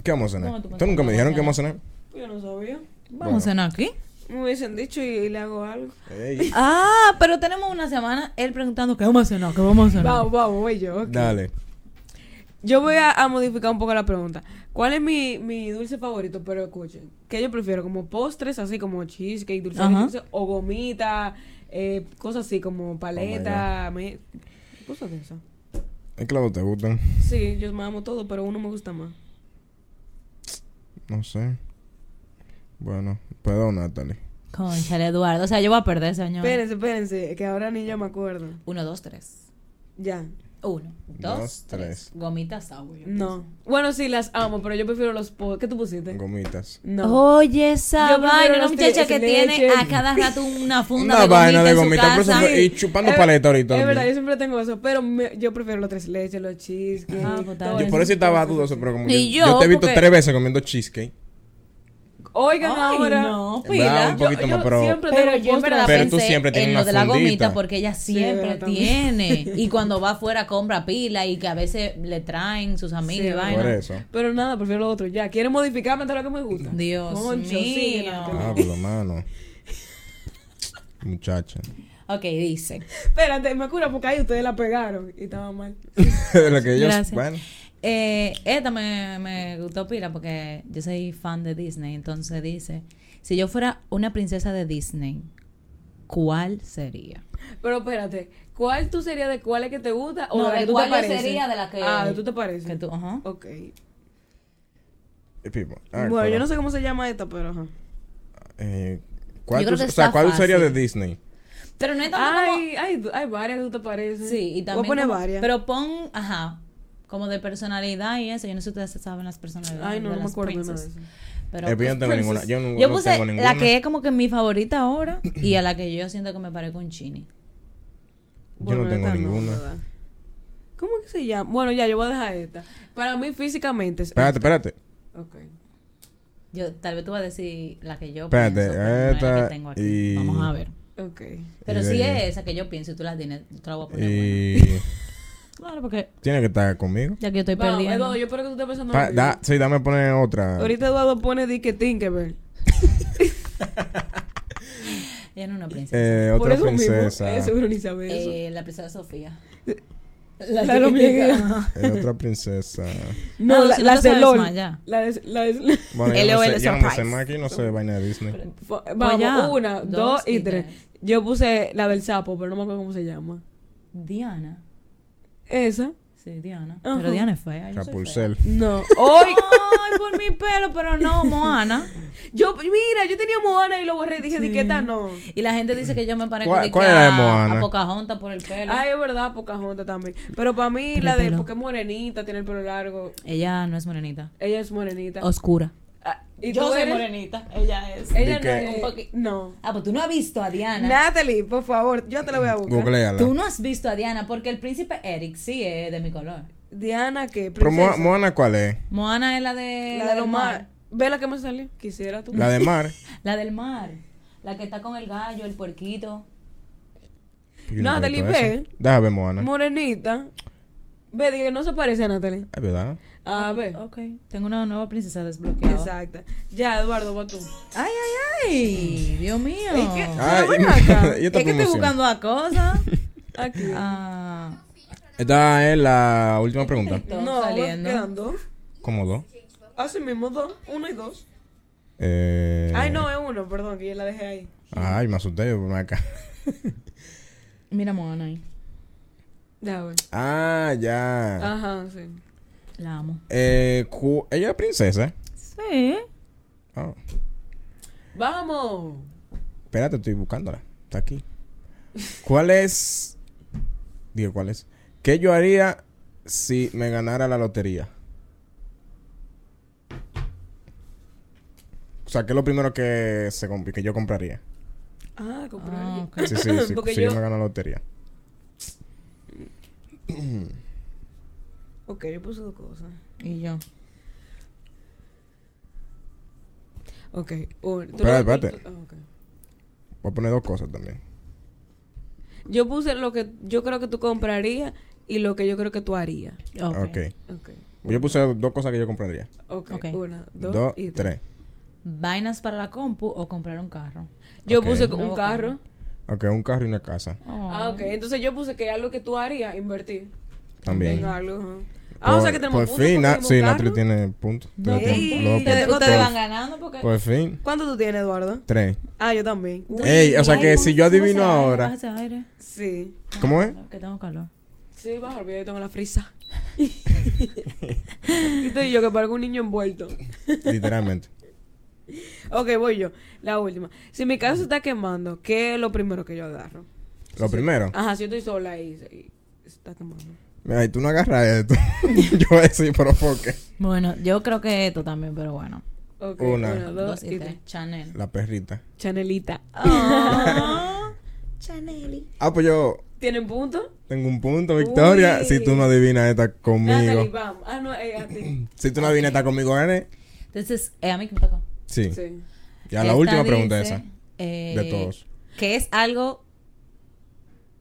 [SPEAKER 3] ¿Qué vamos a
[SPEAKER 1] No,
[SPEAKER 3] cenar?
[SPEAKER 1] tú
[SPEAKER 3] Ustedes nunca me dijeron que vamos a cenar.
[SPEAKER 2] Pues yo no sabía.
[SPEAKER 1] Vamos a cenar aquí.
[SPEAKER 2] Me hubiesen dicho y, y le hago algo.
[SPEAKER 3] Ey,
[SPEAKER 1] Ah, pero tenemos una semana él preguntando qué vamos a cenar, qué vamos a cenar.
[SPEAKER 2] Vamos, vamos, voy yo. ok.
[SPEAKER 3] Dale.
[SPEAKER 2] Yo voy a, a modificar un poco la pregunta. ¿Cuál es mi, mi dulce favorito? Pero escuchen, ¿qué yo prefiero? ¿Como postres, así como cheesecake, dulce, de
[SPEAKER 1] Ajá.
[SPEAKER 2] dulce, o gomita, eh, cosas así como
[SPEAKER 3] Oh
[SPEAKER 2] paleta, me- cosas de esas?
[SPEAKER 3] Es claro, te gustan.
[SPEAKER 2] Sí, yo me amo todo, pero uno me gusta más.
[SPEAKER 3] No sé. Bueno, perdón, Natalie.
[SPEAKER 1] Conchale, Eduardo. O sea, yo voy a perder, señor.
[SPEAKER 2] Espérense, espérense, que ahora ni yo me acuerdo.
[SPEAKER 1] Uno, dos, tres.
[SPEAKER 2] Ya,
[SPEAKER 1] Uno, dos,
[SPEAKER 3] Dos,
[SPEAKER 1] tres.
[SPEAKER 3] tres.
[SPEAKER 1] Gomitas sour. yo
[SPEAKER 2] no. Bueno, sí, las amo, pero yo prefiero los postres. ¿Qué tú pusiste?
[SPEAKER 3] Gomitas.
[SPEAKER 2] No.
[SPEAKER 1] Oye, esa
[SPEAKER 2] Yo prefiero
[SPEAKER 1] vaina, una
[SPEAKER 2] los
[SPEAKER 1] muchacha
[SPEAKER 2] tibios
[SPEAKER 1] que
[SPEAKER 2] sin
[SPEAKER 1] tiene
[SPEAKER 2] leche.
[SPEAKER 1] a cada rato una funda
[SPEAKER 3] Una
[SPEAKER 1] de
[SPEAKER 3] vaina de
[SPEAKER 1] gomita
[SPEAKER 3] gomita.
[SPEAKER 1] en
[SPEAKER 3] por
[SPEAKER 1] su
[SPEAKER 3] eso
[SPEAKER 1] casa.
[SPEAKER 3] fue- Y chupando
[SPEAKER 2] Es-
[SPEAKER 3] paleta ahorita.
[SPEAKER 2] Es verdad, yo
[SPEAKER 3] también.
[SPEAKER 2] siempre tengo eso, pero me- yo prefiero los tres leches, los cheesecake.
[SPEAKER 1] Ah, pues, está
[SPEAKER 2] todo
[SPEAKER 1] bien.
[SPEAKER 3] Yo por eso estaba
[SPEAKER 2] Entonces,
[SPEAKER 3] dudoso, pero como
[SPEAKER 1] Y
[SPEAKER 3] que-
[SPEAKER 1] yo,
[SPEAKER 3] yo te he visto
[SPEAKER 1] porque-
[SPEAKER 3] tres veces comiendo cheesecake.
[SPEAKER 2] Oigan
[SPEAKER 1] Ay,
[SPEAKER 2] ahora.
[SPEAKER 1] no,
[SPEAKER 3] En verdad,
[SPEAKER 1] pila.
[SPEAKER 3] un poquito más, pero-
[SPEAKER 2] siempre
[SPEAKER 1] Pero yo
[SPEAKER 2] tengo
[SPEAKER 1] en
[SPEAKER 2] postre.
[SPEAKER 1] verdad
[SPEAKER 3] Pero tú
[SPEAKER 1] pensé
[SPEAKER 3] siempre tienes
[SPEAKER 1] en lo
[SPEAKER 3] una
[SPEAKER 1] de la
[SPEAKER 3] fundita.
[SPEAKER 1] gomita porque ella siempre
[SPEAKER 2] ¿verdad? También.
[SPEAKER 1] tiene. Y cuando va afuera compra pila y que a veces le traen sus amigos
[SPEAKER 2] Sí,
[SPEAKER 1] y
[SPEAKER 2] ¿verdad?
[SPEAKER 1] vaina.
[SPEAKER 3] Por eso.
[SPEAKER 2] Pero nada, prefiero lo otro. Ya, quieren modificarme hasta lo que me gusta.
[SPEAKER 1] Dios
[SPEAKER 2] Concho,
[SPEAKER 1] mío.
[SPEAKER 2] sigue, Natalie.
[SPEAKER 3] Pablo, mano. Muchacha.
[SPEAKER 1] Ok, dice.
[SPEAKER 2] Espérate, me cura porque ahí ustedes la pegaron y estaba mal.
[SPEAKER 3] Lo que ellos.
[SPEAKER 1] Gracias.
[SPEAKER 3] Bueno.
[SPEAKER 1] Eh, esta me, me gustó pila porque yo soy fan de Disney. Entonces dice, si yo fuera una princesa de Disney, ¿cuál sería?
[SPEAKER 2] Pero espérate, ¿cuál tú serías de cuál es que te gusta o
[SPEAKER 1] No,
[SPEAKER 2] de la
[SPEAKER 1] de
[SPEAKER 2] que tú
[SPEAKER 1] cuál
[SPEAKER 2] te
[SPEAKER 1] yo
[SPEAKER 2] pareces?
[SPEAKER 1] sería de la que-
[SPEAKER 2] Ah, tú te pareces.
[SPEAKER 1] Que tú, ajá.
[SPEAKER 2] Ok.
[SPEAKER 3] eh, Pipo. Ah,
[SPEAKER 2] bueno,
[SPEAKER 3] claro.
[SPEAKER 2] yo no sé cómo se llama esta, pero ajá.
[SPEAKER 3] eh, ¿cuál,
[SPEAKER 1] Yo creo
[SPEAKER 3] tú-
[SPEAKER 1] que
[SPEAKER 3] o sea,
[SPEAKER 1] está
[SPEAKER 3] ¿cuál usaría de
[SPEAKER 1] fácil.
[SPEAKER 3] Disney?
[SPEAKER 1] Pero no es tanto como...
[SPEAKER 2] Ay, hay, hay varias, ¿tú te parece?
[SPEAKER 1] Sí, y también...
[SPEAKER 2] Voy a poner
[SPEAKER 1] como-
[SPEAKER 2] varias.
[SPEAKER 1] Pero pon, ajá, como de personalidad y eso. Yo no sé si ustedes saben las personalidades
[SPEAKER 2] Ay, no,
[SPEAKER 1] de
[SPEAKER 2] no me
[SPEAKER 1] las
[SPEAKER 2] acuerdo de nada
[SPEAKER 1] princess.
[SPEAKER 2] de eso.
[SPEAKER 1] Pero,
[SPEAKER 3] Eh, pero yo
[SPEAKER 1] pues,
[SPEAKER 3] no tengo ninguna.
[SPEAKER 1] princess.
[SPEAKER 3] Yo no,
[SPEAKER 1] Yo
[SPEAKER 3] no
[SPEAKER 1] puse
[SPEAKER 3] tengo ninguna.
[SPEAKER 1] la que es como que mi favorita ahora y a la que yo siento que me parezco un chini.
[SPEAKER 3] Yo no tengo
[SPEAKER 2] esta
[SPEAKER 3] ninguna.
[SPEAKER 2] ¿verdad? ¿Cómo que se llama? Bueno, ya, yo voy a dejar esta. Para mí, físicamente. es-
[SPEAKER 3] Espérate, espérate.
[SPEAKER 2] Ok.
[SPEAKER 1] Yo, tal vez tú vas a decir la que yo
[SPEAKER 3] Espérate,
[SPEAKER 1] pienso, pero no es la
[SPEAKER 3] esta
[SPEAKER 1] que tengo aquí.
[SPEAKER 3] y-
[SPEAKER 1] Vamos a ver.
[SPEAKER 2] Ok.
[SPEAKER 1] Pero
[SPEAKER 3] Y
[SPEAKER 1] si
[SPEAKER 3] de-
[SPEAKER 1] es esa que yo pienso y tú la tienes, yo te la voy a poner. buena.
[SPEAKER 3] Eh, Y
[SPEAKER 1] Claro, porque
[SPEAKER 3] tiene que estar conmigo.
[SPEAKER 1] ya que yo estoy
[SPEAKER 2] Vamos,
[SPEAKER 1] perdiendo.
[SPEAKER 2] Eduardo, yo espero que tú estés pensando.
[SPEAKER 3] Pa-
[SPEAKER 2] rápido.
[SPEAKER 3] da- sí, dame poner otra.
[SPEAKER 2] Ahorita Eduardo pone Dick Tinkerbell.
[SPEAKER 1] Ella no es una princesa.
[SPEAKER 3] Eh,
[SPEAKER 2] Por
[SPEAKER 3] otra
[SPEAKER 2] eso
[SPEAKER 3] princesa.
[SPEAKER 2] mismo. eh, seguro ni sabe eso.
[SPEAKER 1] Eh, la princesa Sofía.
[SPEAKER 2] La hormiguera.
[SPEAKER 1] chiquitica.
[SPEAKER 3] Eh, otra princesa.
[SPEAKER 1] Ah,
[SPEAKER 2] No, la,
[SPEAKER 1] si no
[SPEAKER 2] la
[SPEAKER 1] te
[SPEAKER 2] de
[SPEAKER 1] sabes
[SPEAKER 2] LOL.
[SPEAKER 1] más, ya.
[SPEAKER 2] La de. La de
[SPEAKER 3] Bueno, yo no
[SPEAKER 1] LOL
[SPEAKER 3] sé, yo no me sé
[SPEAKER 1] Surprise.
[SPEAKER 3] más aquí, no sé de vaina de Disney.
[SPEAKER 2] Fu- Vamos,
[SPEAKER 1] Pues ya,
[SPEAKER 2] una, dos, y tres. Yo puse la del sapo, pero no me acuerdo cómo se llama.
[SPEAKER 1] Diana.
[SPEAKER 2] Esa.
[SPEAKER 1] Sí, Diana.
[SPEAKER 2] Ajá.
[SPEAKER 1] Pero Diana es fea. yo soy
[SPEAKER 3] Capulcel.
[SPEAKER 2] No.
[SPEAKER 1] fea.
[SPEAKER 2] ¡Ay!
[SPEAKER 1] Ay, por mi pelo, pero no, Moana.
[SPEAKER 2] Yo, mira, yo tenía Moana y lo borré y dije,
[SPEAKER 1] Sí.
[SPEAKER 2] etiqueta no.
[SPEAKER 1] Y la gente dice que yo me parezco
[SPEAKER 3] ¿Cuál-
[SPEAKER 1] de
[SPEAKER 3] cuál
[SPEAKER 1] que
[SPEAKER 3] era de
[SPEAKER 1] a-
[SPEAKER 3] Moana?
[SPEAKER 1] a Pocahontas por el pelo.
[SPEAKER 2] Ay, es verdad, Pocahontas también. Pero para mí,
[SPEAKER 1] Pero
[SPEAKER 2] la de
[SPEAKER 1] pelo.
[SPEAKER 2] porque es morenita, tiene el pelo largo.
[SPEAKER 1] Ella no es morenita.
[SPEAKER 2] Ella es morenita.
[SPEAKER 1] Oscura.
[SPEAKER 2] Ah, ¿y tú eres?
[SPEAKER 1] Oh. morenita. Ella es.
[SPEAKER 3] ¿De
[SPEAKER 2] Ella no,
[SPEAKER 3] qué?
[SPEAKER 2] es-
[SPEAKER 1] Un poqui-
[SPEAKER 2] no.
[SPEAKER 1] Ah, pues tú no has visto a Diana.
[SPEAKER 2] Natalie, por favor, yo te la voy a buscar.
[SPEAKER 3] Googleala.
[SPEAKER 1] Tú no has visto a Diana porque el príncipe Eric sí es de mi color.
[SPEAKER 2] Diana, ¿qué?
[SPEAKER 3] Pero Mo-
[SPEAKER 2] Princesa.
[SPEAKER 3] Moana, ¿cuál es?
[SPEAKER 1] Moana es la de.
[SPEAKER 2] la de los mar. Ve la que me salió. Quisiera tú.
[SPEAKER 3] La de Mar.
[SPEAKER 1] La del mar. La que está con el gallo, el puerquito.
[SPEAKER 3] Yo nunca he
[SPEAKER 2] Natalie,
[SPEAKER 3] visto
[SPEAKER 2] ve.
[SPEAKER 3] eso. Déjame ver Moana.
[SPEAKER 2] Morenita. Ve, dije que no se parece a Natalie.
[SPEAKER 3] Es verdad.
[SPEAKER 2] A ver.
[SPEAKER 1] Ah, Ok. Tengo una nueva princesa desbloqueada.
[SPEAKER 2] Exacta. Ya, Eduardo, va tú.
[SPEAKER 1] Ay, ay, ay. Dios mío.
[SPEAKER 2] Es que,
[SPEAKER 3] Ay,
[SPEAKER 2] pero ven acá.
[SPEAKER 3] y esta
[SPEAKER 1] Es que estoy
[SPEAKER 3] promoción.
[SPEAKER 1] buscando a cosas.
[SPEAKER 2] Aquí.
[SPEAKER 1] Ah.
[SPEAKER 3] Esta es la última pregunta.
[SPEAKER 2] no,
[SPEAKER 1] saliendo.
[SPEAKER 2] quedan dos.
[SPEAKER 3] ¿Cómo dos?
[SPEAKER 2] Así Ah, mismo dos. Uno y dos.
[SPEAKER 3] Eh,
[SPEAKER 2] Ay, no, es uno, perdón, que yo la dejé ahí.
[SPEAKER 3] Ay, me asusté yo por acá.
[SPEAKER 1] Mira Moana ahí.
[SPEAKER 2] Ya, ver.
[SPEAKER 3] Ah, ya.
[SPEAKER 2] Ajá, sí.
[SPEAKER 1] La amo.
[SPEAKER 3] Eh, cu- ella es princesa.
[SPEAKER 1] Sí.
[SPEAKER 3] Oh,
[SPEAKER 2] ¡Vamos!
[SPEAKER 3] espérate, estoy buscándola. Está aquí. ¿Cuál es? Digo, ¿cuál es? ¿Qué yo haría si me ganara la lotería? O sea, ¿qué es lo primero que, se comp- que yo compraría?
[SPEAKER 2] Ah, compré.
[SPEAKER 1] Ah, ok.
[SPEAKER 3] Sí, sí, sí.
[SPEAKER 2] Porque
[SPEAKER 3] si
[SPEAKER 2] yo-
[SPEAKER 3] yo me gano la lotería.
[SPEAKER 2] Ok, yo puse dos cosas.
[SPEAKER 1] Y yo.
[SPEAKER 2] Ok, un- tú
[SPEAKER 3] Espérate,
[SPEAKER 2] lo-
[SPEAKER 3] espérate.
[SPEAKER 2] ah, ok.
[SPEAKER 3] Voy a poner dos cosas también.
[SPEAKER 2] Yo puse lo que yo creo que tú comprarías y lo que yo creo que tú harías.
[SPEAKER 1] Ok.
[SPEAKER 3] Ok.
[SPEAKER 2] Ok.
[SPEAKER 3] Yo puse dos cosas que yo compraría.
[SPEAKER 2] Ok.
[SPEAKER 1] Ok.
[SPEAKER 2] Una, dos,
[SPEAKER 3] Dos,
[SPEAKER 2] y tres.
[SPEAKER 3] tres.
[SPEAKER 1] Vainas para la compu o comprar un carro.
[SPEAKER 2] Yo
[SPEAKER 3] Ok.
[SPEAKER 2] puse un
[SPEAKER 1] Nuevo
[SPEAKER 2] carro.
[SPEAKER 3] Ok, un carro y una casa.
[SPEAKER 1] Oh.
[SPEAKER 2] Ah, ok. Entonces yo puse que algo que tú harías, invertir
[SPEAKER 3] También.
[SPEAKER 2] en algo. ajá. Ah, o sea que tenemos
[SPEAKER 3] Por
[SPEAKER 2] puntos
[SPEAKER 3] fin,
[SPEAKER 2] porque
[SPEAKER 3] na-
[SPEAKER 2] tenemos
[SPEAKER 3] sí,
[SPEAKER 2] carro.
[SPEAKER 3] Natalie tiene punto.
[SPEAKER 1] No,
[SPEAKER 3] Tiene
[SPEAKER 1] ustedes-
[SPEAKER 3] punto, los dos
[SPEAKER 1] ustedes,
[SPEAKER 3] puntos.
[SPEAKER 1] ustedes van
[SPEAKER 3] Por-
[SPEAKER 1] ganando porque.
[SPEAKER 3] Por fin,
[SPEAKER 2] ¿Cuánto tú tienes, Eduardo?
[SPEAKER 3] tres.
[SPEAKER 2] Ah, yo también.
[SPEAKER 3] Ey, o sea que si yo adivino
[SPEAKER 1] Bájese aire,
[SPEAKER 3] ahora.
[SPEAKER 1] bájese aire.
[SPEAKER 2] Sí.
[SPEAKER 3] ¿Cómo es?
[SPEAKER 1] Que tengo calor.
[SPEAKER 2] Sí, bajo, olvidar, yo tengo la frisa. y estoy yo que parezco un niño envuelto.
[SPEAKER 3] Literalmente.
[SPEAKER 2] Ok, voy yo. La última. Si mi casa se está quemando, ¿qué es lo primero que yo agarro?
[SPEAKER 3] Lo primero.
[SPEAKER 2] Ajá, si yo estoy sola y, y se está quemando.
[SPEAKER 3] Ay, tú no agarras esto. yo voy a decir, pero ¿por qué?
[SPEAKER 1] Bueno, yo creo que esto también, pero bueno.
[SPEAKER 2] Ok,
[SPEAKER 3] Una.
[SPEAKER 2] dos, y tres.
[SPEAKER 1] Chanel.
[SPEAKER 3] La perrita.
[SPEAKER 2] Chanelita. Ah.
[SPEAKER 3] Ah, pues yo
[SPEAKER 2] ¿Tienen punto?
[SPEAKER 3] tengo un punto, Victoria.
[SPEAKER 2] Uy.
[SPEAKER 3] Si tú no adivinas esta
[SPEAKER 2] Natalie,
[SPEAKER 3] conmigo.
[SPEAKER 2] vamos. Ah, no, eh, a ti.
[SPEAKER 3] Si tú no adivinas esta conmigo, gané.
[SPEAKER 1] Entonces, eh, a mí que me tocó.
[SPEAKER 3] Sí.
[SPEAKER 2] Sí.
[SPEAKER 3] Ya la
[SPEAKER 1] Esta
[SPEAKER 3] última pregunta
[SPEAKER 1] dice,
[SPEAKER 3] esa.
[SPEAKER 1] eh,
[SPEAKER 3] De todos.
[SPEAKER 1] Que es algo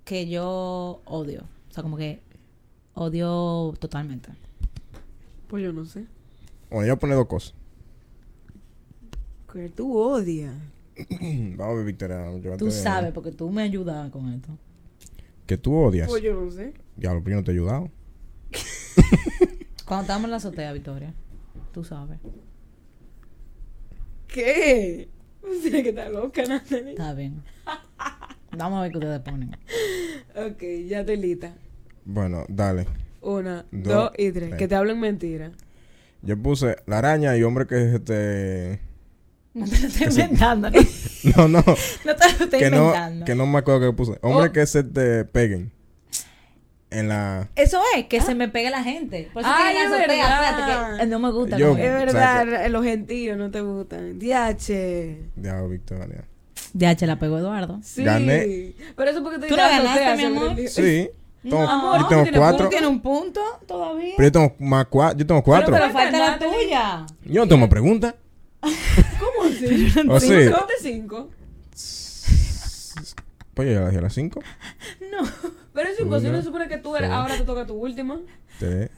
[SPEAKER 1] que yo odio. O sea, como que odio totalmente.
[SPEAKER 2] Pues yo no sé.
[SPEAKER 3] Bueno, yo voy a poner dos cosas.
[SPEAKER 2] Que tú odias.
[SPEAKER 3] Vamos a ver, Victoria. llévate
[SPEAKER 1] Tú
[SPEAKER 3] de-
[SPEAKER 1] sabes, porque tú me ayudabas con esto.
[SPEAKER 3] Que tú odias.
[SPEAKER 2] Pues yo no sé.
[SPEAKER 3] Ya, lo primero te he ayudado.
[SPEAKER 1] Cuando estábamos en la azotea, Victoria. Tú sabes.
[SPEAKER 2] ¿Qué? Usted que está loca, Natalie.
[SPEAKER 1] Está bien. Vamos a ver qué ustedes ponen.
[SPEAKER 2] Ok, ya estoy lista.
[SPEAKER 3] Bueno, dale.
[SPEAKER 2] Una, dos,
[SPEAKER 3] Dos,
[SPEAKER 2] y tres.
[SPEAKER 3] tres.
[SPEAKER 2] Que te hablen mentira.
[SPEAKER 3] Yo puse la araña y hombre que este
[SPEAKER 1] No te lo estoy inventando. No,
[SPEAKER 3] No, no.
[SPEAKER 1] No te lo estoy
[SPEAKER 3] que, no
[SPEAKER 1] inventando.
[SPEAKER 3] que no me acuerdo que puse. Hombre
[SPEAKER 2] Oh.
[SPEAKER 3] que se te peguen. En la.
[SPEAKER 1] Eso es, que se me pegue la gente. Por eso
[SPEAKER 2] Ay,
[SPEAKER 1] que
[SPEAKER 2] es
[SPEAKER 1] lanzo pega,
[SPEAKER 2] verdad.
[SPEAKER 1] espérate, que- eh, no me gusta.
[SPEAKER 3] Yo-
[SPEAKER 1] no
[SPEAKER 2] Es
[SPEAKER 1] me gusta.
[SPEAKER 2] verdad, los gentiles no te gustan. DH.
[SPEAKER 3] Diablo, Victoria.
[SPEAKER 1] DH la pegó Eduardo.
[SPEAKER 2] Sí.
[SPEAKER 3] Gané.
[SPEAKER 2] Pero eso porque te
[SPEAKER 1] Tú no
[SPEAKER 2] ganaste,
[SPEAKER 1] ganaste,
[SPEAKER 2] te
[SPEAKER 1] mi amor.
[SPEAKER 2] sorprendió.
[SPEAKER 3] Sí. Tengo-
[SPEAKER 1] Amor,
[SPEAKER 3] yo tengo
[SPEAKER 2] tiene
[SPEAKER 3] cuatro.
[SPEAKER 2] punto, tiene un punto todavía.
[SPEAKER 3] Pero yo tengo más cuatro. Yo tengo cuatro.
[SPEAKER 1] Pero, pero
[SPEAKER 2] Cuenta,
[SPEAKER 1] falta la
[SPEAKER 2] Natalie.
[SPEAKER 1] tuya.
[SPEAKER 3] yo no tengo preguntas.
[SPEAKER 2] ¿Cómo así?
[SPEAKER 3] O
[SPEAKER 2] Cinco,
[SPEAKER 3] Oh, sí.
[SPEAKER 2] ¿cómo te cinco?
[SPEAKER 3] Pues yo ya dije a las cinco.
[SPEAKER 1] No.
[SPEAKER 2] Pero es imposible,
[SPEAKER 3] Uno,
[SPEAKER 2] se supone que tú eres,
[SPEAKER 3] dos.
[SPEAKER 2] ahora te toca tu última.
[SPEAKER 3] Tres.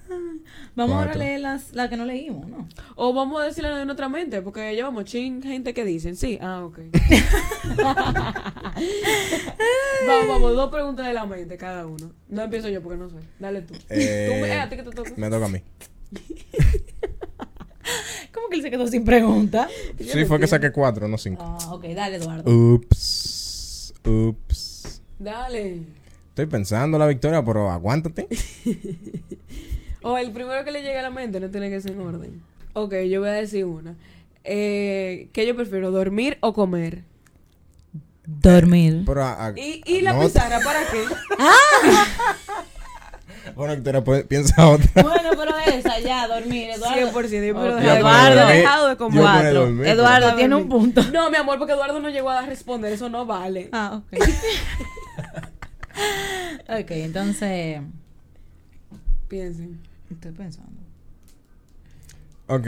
[SPEAKER 1] Vamos ahora a
[SPEAKER 3] Cuatro.
[SPEAKER 1] leer las, la que no leímos, ¿no?
[SPEAKER 2] O vamos a decirle en otra mente, porque llevamos ching gente que dicen, sí, ah, ok. vamos, vamos, dos preguntas de la mente cada uno. No empiezo yo porque no sé. Dale tú.
[SPEAKER 3] Eh,
[SPEAKER 2] tú me- eh, a ti que te toca.
[SPEAKER 3] Me toca a mí.
[SPEAKER 1] ¿Cómo que él se quedó sin pregunta?
[SPEAKER 3] Sí, fue que saqué cuatro, no cinco.
[SPEAKER 1] Ah, ok, dale,
[SPEAKER 3] Uh.
[SPEAKER 1] Eduardo.
[SPEAKER 3] Ups. Ups.
[SPEAKER 2] Dale.
[SPEAKER 3] Estoy pensando la victoria, pero aguántate.
[SPEAKER 2] O el primero que le llegue a la mente no tiene que ser en orden. Ok, yo voy a decir una. Eh, ¿Qué yo prefiero, dormir o comer?
[SPEAKER 1] Dormir.
[SPEAKER 3] Pero a- a-
[SPEAKER 2] ¿Y, y la
[SPEAKER 3] no-
[SPEAKER 2] pizarra para qué?
[SPEAKER 1] Ah.
[SPEAKER 3] Bueno, Victoria, pues, piensa otra.
[SPEAKER 1] Bueno, pero esa ya, dormir, Eduardo.
[SPEAKER 2] 100%, yo
[SPEAKER 1] Ok,
[SPEAKER 2] puedo dejar-
[SPEAKER 1] Eduardo,
[SPEAKER 3] Yo puedo
[SPEAKER 1] dejado de
[SPEAKER 3] dormir, yo puedo
[SPEAKER 1] cuatro.
[SPEAKER 3] dormir,
[SPEAKER 1] Eduardo
[SPEAKER 2] pero-
[SPEAKER 1] tiene un punto.
[SPEAKER 2] No, mi amor, porque Eduardo no llegó a dar- responder, eso no vale.
[SPEAKER 1] Ah, ok. ok, entonces.
[SPEAKER 2] Piensen.
[SPEAKER 1] Estoy pensando.
[SPEAKER 3] Ok,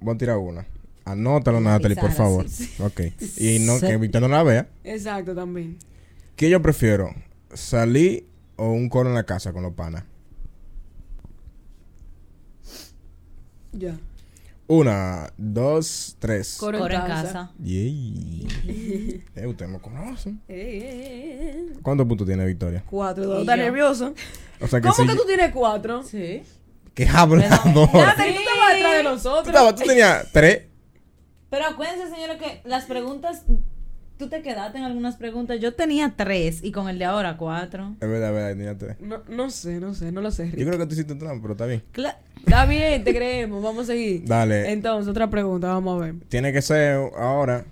[SPEAKER 3] voy a tirar una. Anótalo, Natalie, por
[SPEAKER 1] Pizarra,
[SPEAKER 3] favor.
[SPEAKER 1] sí,
[SPEAKER 3] Ok. Y no, que Victoria no la vea.
[SPEAKER 2] Exacto, también.
[SPEAKER 3] ¿Qué yo prefiero? ¿Salir o un coro en la casa con los panas?
[SPEAKER 2] Ya.
[SPEAKER 3] Una, dos, tres.
[SPEAKER 2] Coro,
[SPEAKER 1] Coro en casa.
[SPEAKER 3] Yey. Eh, ustedes me conocen.
[SPEAKER 2] Eh, eh, eh, eh.
[SPEAKER 3] ¿Cuántos puntos tiene Victoria?
[SPEAKER 2] Cuatro, Eduardo
[SPEAKER 1] Y
[SPEAKER 2] está
[SPEAKER 1] yo.
[SPEAKER 2] nervioso.
[SPEAKER 3] O sea que
[SPEAKER 2] ¿Cómo
[SPEAKER 3] si
[SPEAKER 2] que tú tienes cuatro?
[SPEAKER 1] Sí.
[SPEAKER 3] ¡Qué hablador!
[SPEAKER 2] Nata, tú estabas detrás de
[SPEAKER 3] Tú,
[SPEAKER 2] nosotros.
[SPEAKER 3] estabas- tú tenías tres.
[SPEAKER 1] Pero acuérdense, señores, que las preguntas. Tú te quedaste en algunas preguntas. Yo tenía tres y con el de ahora cuatro.
[SPEAKER 3] Es verdad, es verdad, tenía tres.
[SPEAKER 2] No, no sé, no sé, no lo sé.
[SPEAKER 3] Yo
[SPEAKER 2] Rick.
[SPEAKER 3] creo que tú hiciste trampa, pero está bien.
[SPEAKER 1] Cla-
[SPEAKER 2] Está bien, te creemos, vamos a seguir.
[SPEAKER 3] Dale.
[SPEAKER 2] Entonces, otra pregunta, vamos a ver.
[SPEAKER 3] Tiene que ser ahora.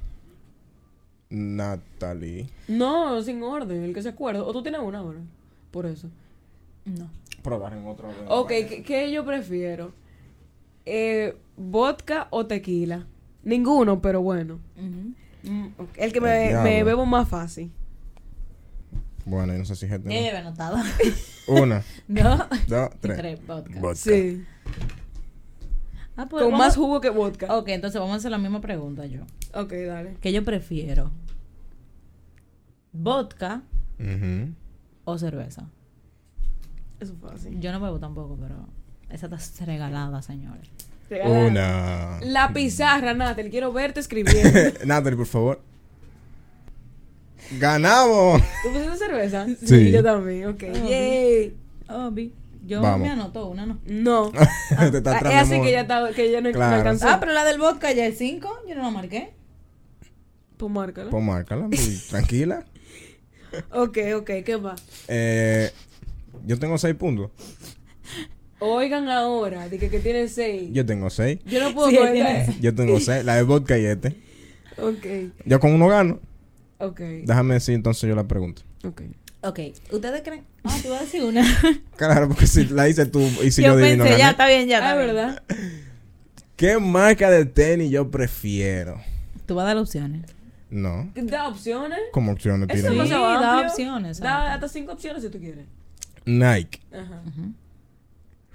[SPEAKER 3] Natalie.
[SPEAKER 2] No, sin orden, el que se acuerda. O tú tienes una ahora, por eso.
[SPEAKER 1] No.
[SPEAKER 3] Probar en otro. orden.
[SPEAKER 2] Ok, ¿qué, qué yo prefiero? Eh, ¿Vodka o tequila? Ninguno, pero bueno.
[SPEAKER 1] Ujú.
[SPEAKER 2] Mm, ok, El que
[SPEAKER 3] El
[SPEAKER 2] me,
[SPEAKER 3] diablo.
[SPEAKER 2] me bebo más fácil.
[SPEAKER 3] Bueno, yo no sé si gente.
[SPEAKER 1] Ya
[SPEAKER 2] Eh.
[SPEAKER 1] yo había anotado.
[SPEAKER 3] Una,
[SPEAKER 1] Dos.
[SPEAKER 3] dos,
[SPEAKER 1] y
[SPEAKER 3] tres.
[SPEAKER 1] tres vodka.
[SPEAKER 3] Vodka.
[SPEAKER 2] Sí.
[SPEAKER 1] Ah, pues
[SPEAKER 2] Con
[SPEAKER 1] vamos- Oh.
[SPEAKER 2] más jugo que vodka.
[SPEAKER 1] Ok, entonces vamos a hacer la misma pregunta yo.
[SPEAKER 2] Ok, dale.
[SPEAKER 1] ¿Qué yo prefiero? ¿Vodka
[SPEAKER 3] Ujú.
[SPEAKER 1] o cerveza?
[SPEAKER 2] Eso es fácil.
[SPEAKER 1] Yo no bebo tampoco, pero esa está regalada, señores.
[SPEAKER 2] Regala-
[SPEAKER 3] Una.
[SPEAKER 2] La pizarra, Natal. Quiero verte escribiendo.
[SPEAKER 3] Natalie, por favor. ¡Ganamos!
[SPEAKER 2] ¿Tú pusiste cerveza? Sí. Yo también, ok.
[SPEAKER 1] Ah,
[SPEAKER 2] Yay.
[SPEAKER 1] Obi, yo
[SPEAKER 3] Vamos.
[SPEAKER 1] me anoto una, ¿no?
[SPEAKER 2] No.
[SPEAKER 3] Te está
[SPEAKER 2] Ah,
[SPEAKER 3] atrás,
[SPEAKER 2] es
[SPEAKER 3] mi
[SPEAKER 2] así
[SPEAKER 3] amor.
[SPEAKER 2] que ya, está, que ya no, no
[SPEAKER 3] Claro.
[SPEAKER 2] alcanzó.
[SPEAKER 1] Ah, pero la del vodka ya el 5, yo no la marqué.
[SPEAKER 2] Pues márcalo.
[SPEAKER 3] Pues márcala, muy tranquila.
[SPEAKER 2] Ok, ok, ¿qué va?
[SPEAKER 3] Eh, yo tengo seis puntos.
[SPEAKER 2] Oigan ahora, dije que tiene seis. Yo,
[SPEAKER 3] Yo tengo seis.
[SPEAKER 2] no puedo
[SPEAKER 1] Sí,
[SPEAKER 2] con
[SPEAKER 1] tiene
[SPEAKER 2] esta.
[SPEAKER 3] Yo tengo seis. La de vodka y este.
[SPEAKER 2] Ok,
[SPEAKER 3] Yo con uno gano.
[SPEAKER 2] ok,
[SPEAKER 3] Déjame decir entonces yo la pregunta.
[SPEAKER 2] ok.
[SPEAKER 1] Ok, ¿ustedes creen? Ah, tú vas a decir una.
[SPEAKER 3] Claro, porque si la hice tú y si yo, adivino gané.
[SPEAKER 1] bien,
[SPEAKER 2] Ah, ¿verdad?
[SPEAKER 3] ¿Qué marca de tenis yo prefiero?
[SPEAKER 1] Tú vas a dar opciones.
[SPEAKER 3] No.
[SPEAKER 2] Da opciones.
[SPEAKER 3] Como opciones
[SPEAKER 2] Eso es
[SPEAKER 1] Sí,
[SPEAKER 3] tiene?
[SPEAKER 2] demasiado
[SPEAKER 1] da
[SPEAKER 2] amplio.
[SPEAKER 1] opciones,
[SPEAKER 2] Da
[SPEAKER 1] exacto.
[SPEAKER 2] hasta cinco opciones si tú quieres.
[SPEAKER 3] Nike,
[SPEAKER 2] Ajá.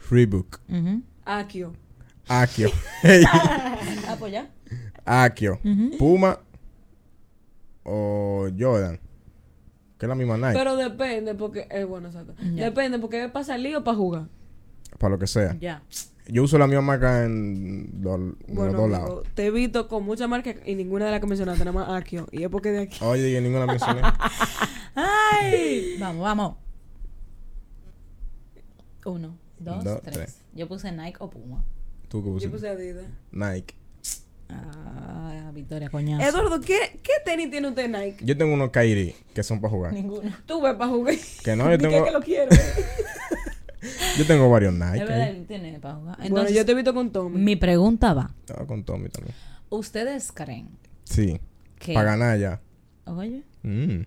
[SPEAKER 3] Reebok,
[SPEAKER 1] Ujú.
[SPEAKER 2] Akio.
[SPEAKER 3] Akio,
[SPEAKER 1] Ah, pues ya.
[SPEAKER 3] Akio, Puma o Jordan. Que es la misma Nike.
[SPEAKER 2] Pero depende porque... Eh, bueno, exacto.
[SPEAKER 1] Ya.
[SPEAKER 2] Depende porque es para salir o para jugar.
[SPEAKER 3] Para lo que sea.
[SPEAKER 1] Ya.
[SPEAKER 3] Yo uso la misma marca en do- en los
[SPEAKER 2] Bueno,
[SPEAKER 3] dos
[SPEAKER 2] amigo,
[SPEAKER 3] lados.
[SPEAKER 2] te he visto con muchas marcas y ninguna de las que mencionaste, nada más Akio. Y es porque de aquí.
[SPEAKER 3] Oye, yo ninguna mencioné.
[SPEAKER 1] ¡Ay! Vamos, vamos. Uno, dos,
[SPEAKER 3] Dos,
[SPEAKER 1] tres.
[SPEAKER 3] tres.
[SPEAKER 1] Yo puse Nike o Puma.
[SPEAKER 3] Tú que
[SPEAKER 2] Yo
[SPEAKER 3] pusiste.
[SPEAKER 2] puse Adidas.
[SPEAKER 3] Nike.
[SPEAKER 1] Ah, Victoria, coñazo.
[SPEAKER 2] Eduardo, ¿qué, ¿qué tenis tiene usted Nike?
[SPEAKER 3] Yo tengo unos Kairi que son para jugar.
[SPEAKER 1] Ninguno.
[SPEAKER 2] Tú ves para jugar.
[SPEAKER 3] Que no, yo
[SPEAKER 2] Dije
[SPEAKER 3] tengo,
[SPEAKER 2] que lo quiero.
[SPEAKER 3] yo tengo varios Nike.
[SPEAKER 1] Es verdad,
[SPEAKER 3] ahí.
[SPEAKER 1] él tiene para jugar.
[SPEAKER 2] bueno,
[SPEAKER 1] Entonces,
[SPEAKER 2] yo te he visto con Tommy.
[SPEAKER 1] mi pregunta va.
[SPEAKER 3] Estaba con Tommy también.
[SPEAKER 1] ¿Ustedes creen
[SPEAKER 3] Sí.
[SPEAKER 1] que,
[SPEAKER 3] Para ganar ya.
[SPEAKER 1] oye,
[SPEAKER 3] Mm.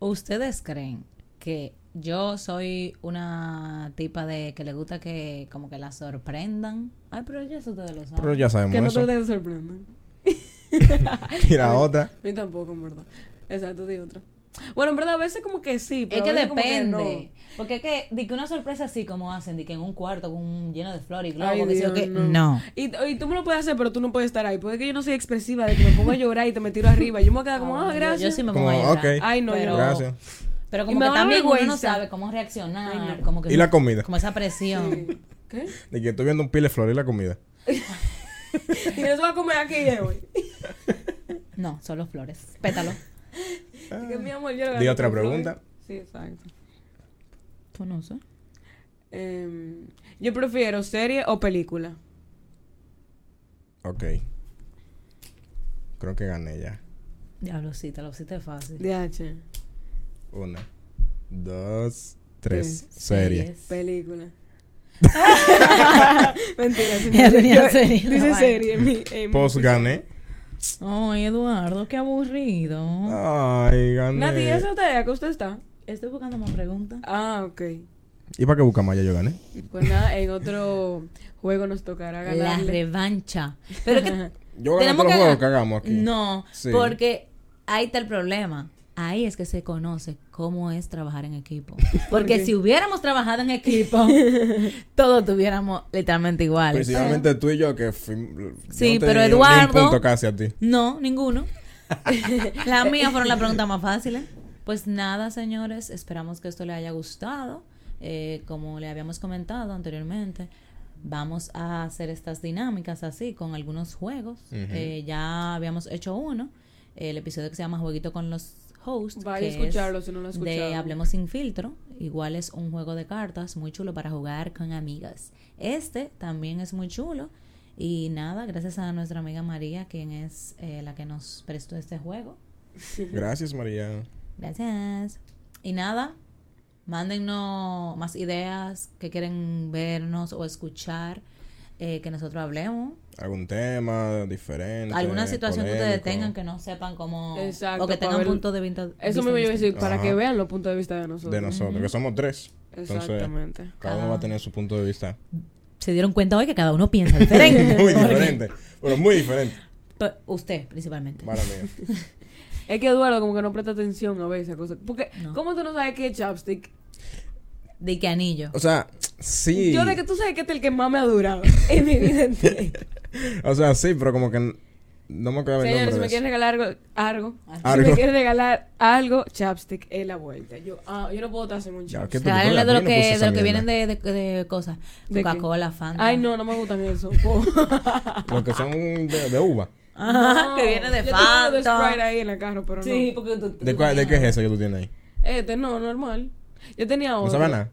[SPEAKER 1] ¿ustedes creen que yo soy una tipa de que le gusta que como que la sorprendan? Ay, pero ya eso ustedes lo saben.
[SPEAKER 3] Pero ya sabemos
[SPEAKER 2] Que no
[SPEAKER 3] Mm, eso.
[SPEAKER 2] te te sorprendan.
[SPEAKER 3] Mira otra.
[SPEAKER 2] A mí tampoco, en verdad. Exacto, di otra. Bueno, en verdad, a veces como que sí, pero
[SPEAKER 1] Es que
[SPEAKER 2] a veces como
[SPEAKER 1] depende.
[SPEAKER 2] no.
[SPEAKER 1] Porque es que, de que una sorpresa así como hacen, de que en un cuarto con un lleno de flores y
[SPEAKER 2] Ay,
[SPEAKER 1] globos, que sé yo
[SPEAKER 2] Dios,
[SPEAKER 1] qué.
[SPEAKER 2] no.
[SPEAKER 1] No.
[SPEAKER 2] Y, y tú me lo puedes hacer, pero tú no puedes estar ahí. Porque yo no soy expresiva de que me pongo a llorar y te me tiro arriba. Yo me voy a quedar como, ah,
[SPEAKER 1] Yo-
[SPEAKER 2] gracias.
[SPEAKER 1] Yo, sí me
[SPEAKER 3] Como,
[SPEAKER 1] pongo a llorar.
[SPEAKER 3] ok.
[SPEAKER 2] Ay, no, yo
[SPEAKER 1] pero,
[SPEAKER 2] no.
[SPEAKER 3] Gracias.
[SPEAKER 1] Pero
[SPEAKER 2] Y
[SPEAKER 1] como
[SPEAKER 2] me
[SPEAKER 1] que
[SPEAKER 2] da una
[SPEAKER 1] también uno no
[SPEAKER 2] vergüenza.
[SPEAKER 1] sabe cómo reaccionar.
[SPEAKER 2] Ay, no.
[SPEAKER 1] como que
[SPEAKER 3] Y la comida.
[SPEAKER 1] Como esa presión.
[SPEAKER 2] ¿Qué?
[SPEAKER 3] De que estoy viendo un pile de flores y la comida.
[SPEAKER 2] Y eso va a comer aquí, eh, güey.
[SPEAKER 1] No, solo flores. Pétalo.
[SPEAKER 2] Y
[SPEAKER 3] Ah,
[SPEAKER 2] que, mi amor, yo lo
[SPEAKER 3] Di
[SPEAKER 2] gané
[SPEAKER 3] otra
[SPEAKER 2] con flores.
[SPEAKER 3] pregunta.
[SPEAKER 2] Sí, exacto.
[SPEAKER 1] Tú no sé.
[SPEAKER 2] Em, yo prefiero serie o película.
[SPEAKER 3] Ok. Creo que gané ya.
[SPEAKER 1] Diablo, sí, te lo hiciste fácil.
[SPEAKER 2] DH.
[SPEAKER 3] Una, dos, tres.
[SPEAKER 2] Tres.
[SPEAKER 3] Serie.
[SPEAKER 2] Película. Mentira, sí,
[SPEAKER 1] Ya tenía
[SPEAKER 2] yo-
[SPEAKER 1] serie, la
[SPEAKER 2] Dice
[SPEAKER 1] vaina.
[SPEAKER 2] serie en mi. en mi-
[SPEAKER 3] Post gané.
[SPEAKER 1] Ay, Eduardo, qué aburrido.
[SPEAKER 3] Ay, gané.
[SPEAKER 2] Nati, ¿esa tarea que usted está?
[SPEAKER 1] Estoy buscando más preguntas.
[SPEAKER 2] Ah, ok.
[SPEAKER 3] ¿Y para qué buscamos ya yo gané?
[SPEAKER 2] Pues nada, en otro juego nos tocará
[SPEAKER 1] La
[SPEAKER 2] ganarle.
[SPEAKER 1] revancha. Pero que
[SPEAKER 3] Yo gané
[SPEAKER 1] Tenemos
[SPEAKER 3] todos los
[SPEAKER 1] que
[SPEAKER 3] juegos
[SPEAKER 1] ganar.
[SPEAKER 3] que hagamos aquí.
[SPEAKER 1] No,
[SPEAKER 3] Sí.
[SPEAKER 1] porque ahí está el problema. Ahí es que se conoce cómo es trabajar en equipo.
[SPEAKER 2] qué?
[SPEAKER 1] Porque si hubiéramos trabajado en equipo, todos tuviéramos literalmente iguales.
[SPEAKER 3] Principalmente tú y yo que fuimos.
[SPEAKER 1] Sí,
[SPEAKER 3] yo te
[SPEAKER 1] pero
[SPEAKER 3] di ni
[SPEAKER 1] Eduardo-
[SPEAKER 3] Un punto casi a ti.
[SPEAKER 1] No, ninguno. Las mías fueron las preguntas más fáciles. Pues nada, señores, esperamos que esto les haya gustado. Eh, como le habíamos comentado anteriormente, vamos a hacer estas dinámicas así, con algunos juegos.
[SPEAKER 3] Ujú.
[SPEAKER 1] Eh, ya habíamos hecho uno, el episodio que se llama Jueguito con los Hosts.
[SPEAKER 2] Vaya a
[SPEAKER 1] que
[SPEAKER 2] escucharlo si no lo ha
[SPEAKER 1] es
[SPEAKER 2] escuchado.
[SPEAKER 1] De Hablemos sin filtro. Igual es un juego de cartas muy chulo para jugar con amigas. Este también es muy chulo. Y nada, gracias a nuestra amiga María, quien es eh, la que nos prestó este juego.
[SPEAKER 3] Gracias, María.
[SPEAKER 1] Gracias. Y nada, mándennos más ideas que quieren vernos o escuchar, eh, que nosotros hablemos.
[SPEAKER 3] Algún tema diferente.
[SPEAKER 1] Alguna situación que ustedes
[SPEAKER 3] polémico.
[SPEAKER 1] tengan que no sepan cómo...
[SPEAKER 2] Exacto,
[SPEAKER 1] o que
[SPEAKER 2] pa'
[SPEAKER 1] tengan
[SPEAKER 2] ver-
[SPEAKER 1] punto de vista.
[SPEAKER 2] Eso
[SPEAKER 1] vista
[SPEAKER 2] mismo yo iba a decir,
[SPEAKER 1] distinto.
[SPEAKER 2] para
[SPEAKER 3] Ajá.
[SPEAKER 2] que vean los puntos de vista de nosotros.
[SPEAKER 3] De nosotros, que somos tres. Entonces,
[SPEAKER 2] Exactamente.
[SPEAKER 3] cada uno va a tener su punto de vista.
[SPEAKER 1] Se dieron cuenta hoy que cada uno piensa diferente.
[SPEAKER 3] muy diferente. Bueno, muy diferente.
[SPEAKER 1] Pe- Usted, principalmente.
[SPEAKER 3] Para mí.
[SPEAKER 2] Es que Eduardo como que no presta atención a veces a cosas. Porque,
[SPEAKER 1] No.
[SPEAKER 2] ¿cómo tú no sabes qué es chapstick?
[SPEAKER 1] De qué anillo.
[SPEAKER 3] O sea, sí.
[SPEAKER 2] Yo de que tú sabes que este es el que más me ha durado en mi vida entera.
[SPEAKER 3] O sea, sí, pero como que n- no me acuerdo el nombre
[SPEAKER 2] Señores, si
[SPEAKER 3] de
[SPEAKER 2] me quieren
[SPEAKER 3] eso.
[SPEAKER 2] regalar algo, algo,
[SPEAKER 3] Algo.
[SPEAKER 2] si me quieren regalar algo, chapstick es la vuta. Yo, ah, yo no puedo estar sin un
[SPEAKER 3] Ya,
[SPEAKER 2] chapstick.
[SPEAKER 3] ¿qué
[SPEAKER 1] O sea, háblenle de
[SPEAKER 3] película?
[SPEAKER 1] lo
[SPEAKER 3] ¿Por qué no puse
[SPEAKER 1] que,
[SPEAKER 3] esa
[SPEAKER 1] de lo que
[SPEAKER 3] mierda?
[SPEAKER 1] vienen de, de- de cosas.
[SPEAKER 2] ¿De qué?
[SPEAKER 1] Coca-Cola, Fanta.
[SPEAKER 2] Ay, no, no me gustan eso.
[SPEAKER 3] Los que son de, de uva.
[SPEAKER 1] Ajá, que viene de
[SPEAKER 2] Yo tengo uno de Sprite
[SPEAKER 1] Fanta.
[SPEAKER 2] ahí en el carro, pero
[SPEAKER 1] Sí,
[SPEAKER 2] no.
[SPEAKER 1] porque tú- tú-
[SPEAKER 3] ¿De, cuál- de qué es eso que tú tienes ahí?
[SPEAKER 2] Este, no, normal. Yo tenía otro.
[SPEAKER 3] ¿No sabes nada?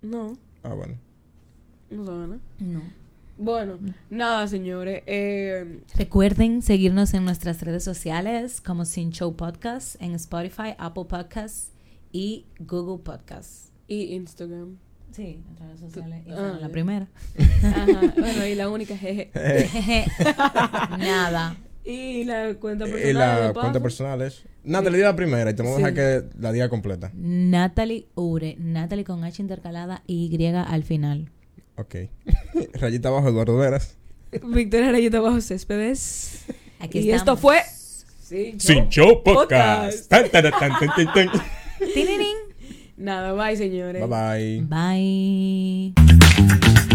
[SPEAKER 2] No,
[SPEAKER 3] Ah, bueno.
[SPEAKER 2] no sabe nada.
[SPEAKER 1] No.
[SPEAKER 2] Bueno, nada, señores. Eh,
[SPEAKER 1] Recuerden seguirnos en nuestras redes sociales como Sin Show Podcast, en Spotify, Apple Podcasts y Google Podcasts.
[SPEAKER 2] y Instagram.
[SPEAKER 1] Sí, en redes sociales.
[SPEAKER 2] Tú-
[SPEAKER 1] y esa
[SPEAKER 2] ah,
[SPEAKER 1] es la
[SPEAKER 2] ya.
[SPEAKER 1] primera.
[SPEAKER 2] Ajá, bueno, y la única, jeje.
[SPEAKER 1] Nada.
[SPEAKER 2] Y la cuenta personal.
[SPEAKER 3] ¿Y
[SPEAKER 2] de
[SPEAKER 3] Eh, la
[SPEAKER 2] paso.
[SPEAKER 3] cuenta personal es? Nada, le di la primera y te vamos a dejar que la diga completa.
[SPEAKER 1] Natalie Ure. Natalie con H intercalada y Y al final.
[SPEAKER 3] Ok. Rayita abajo, Eduardo Veras.
[SPEAKER 2] Victoria Rayeta Bajo Céspedes.
[SPEAKER 1] Aquí
[SPEAKER 2] y esto
[SPEAKER 1] estamos.
[SPEAKER 2] fue. Sí, yo.
[SPEAKER 3] Show
[SPEAKER 2] Podcast.
[SPEAKER 3] Tan, tan, tan, tan, tan, tan.
[SPEAKER 1] Tirirín.
[SPEAKER 2] Nada, bye, señores.
[SPEAKER 3] Bye bye.
[SPEAKER 1] Bye.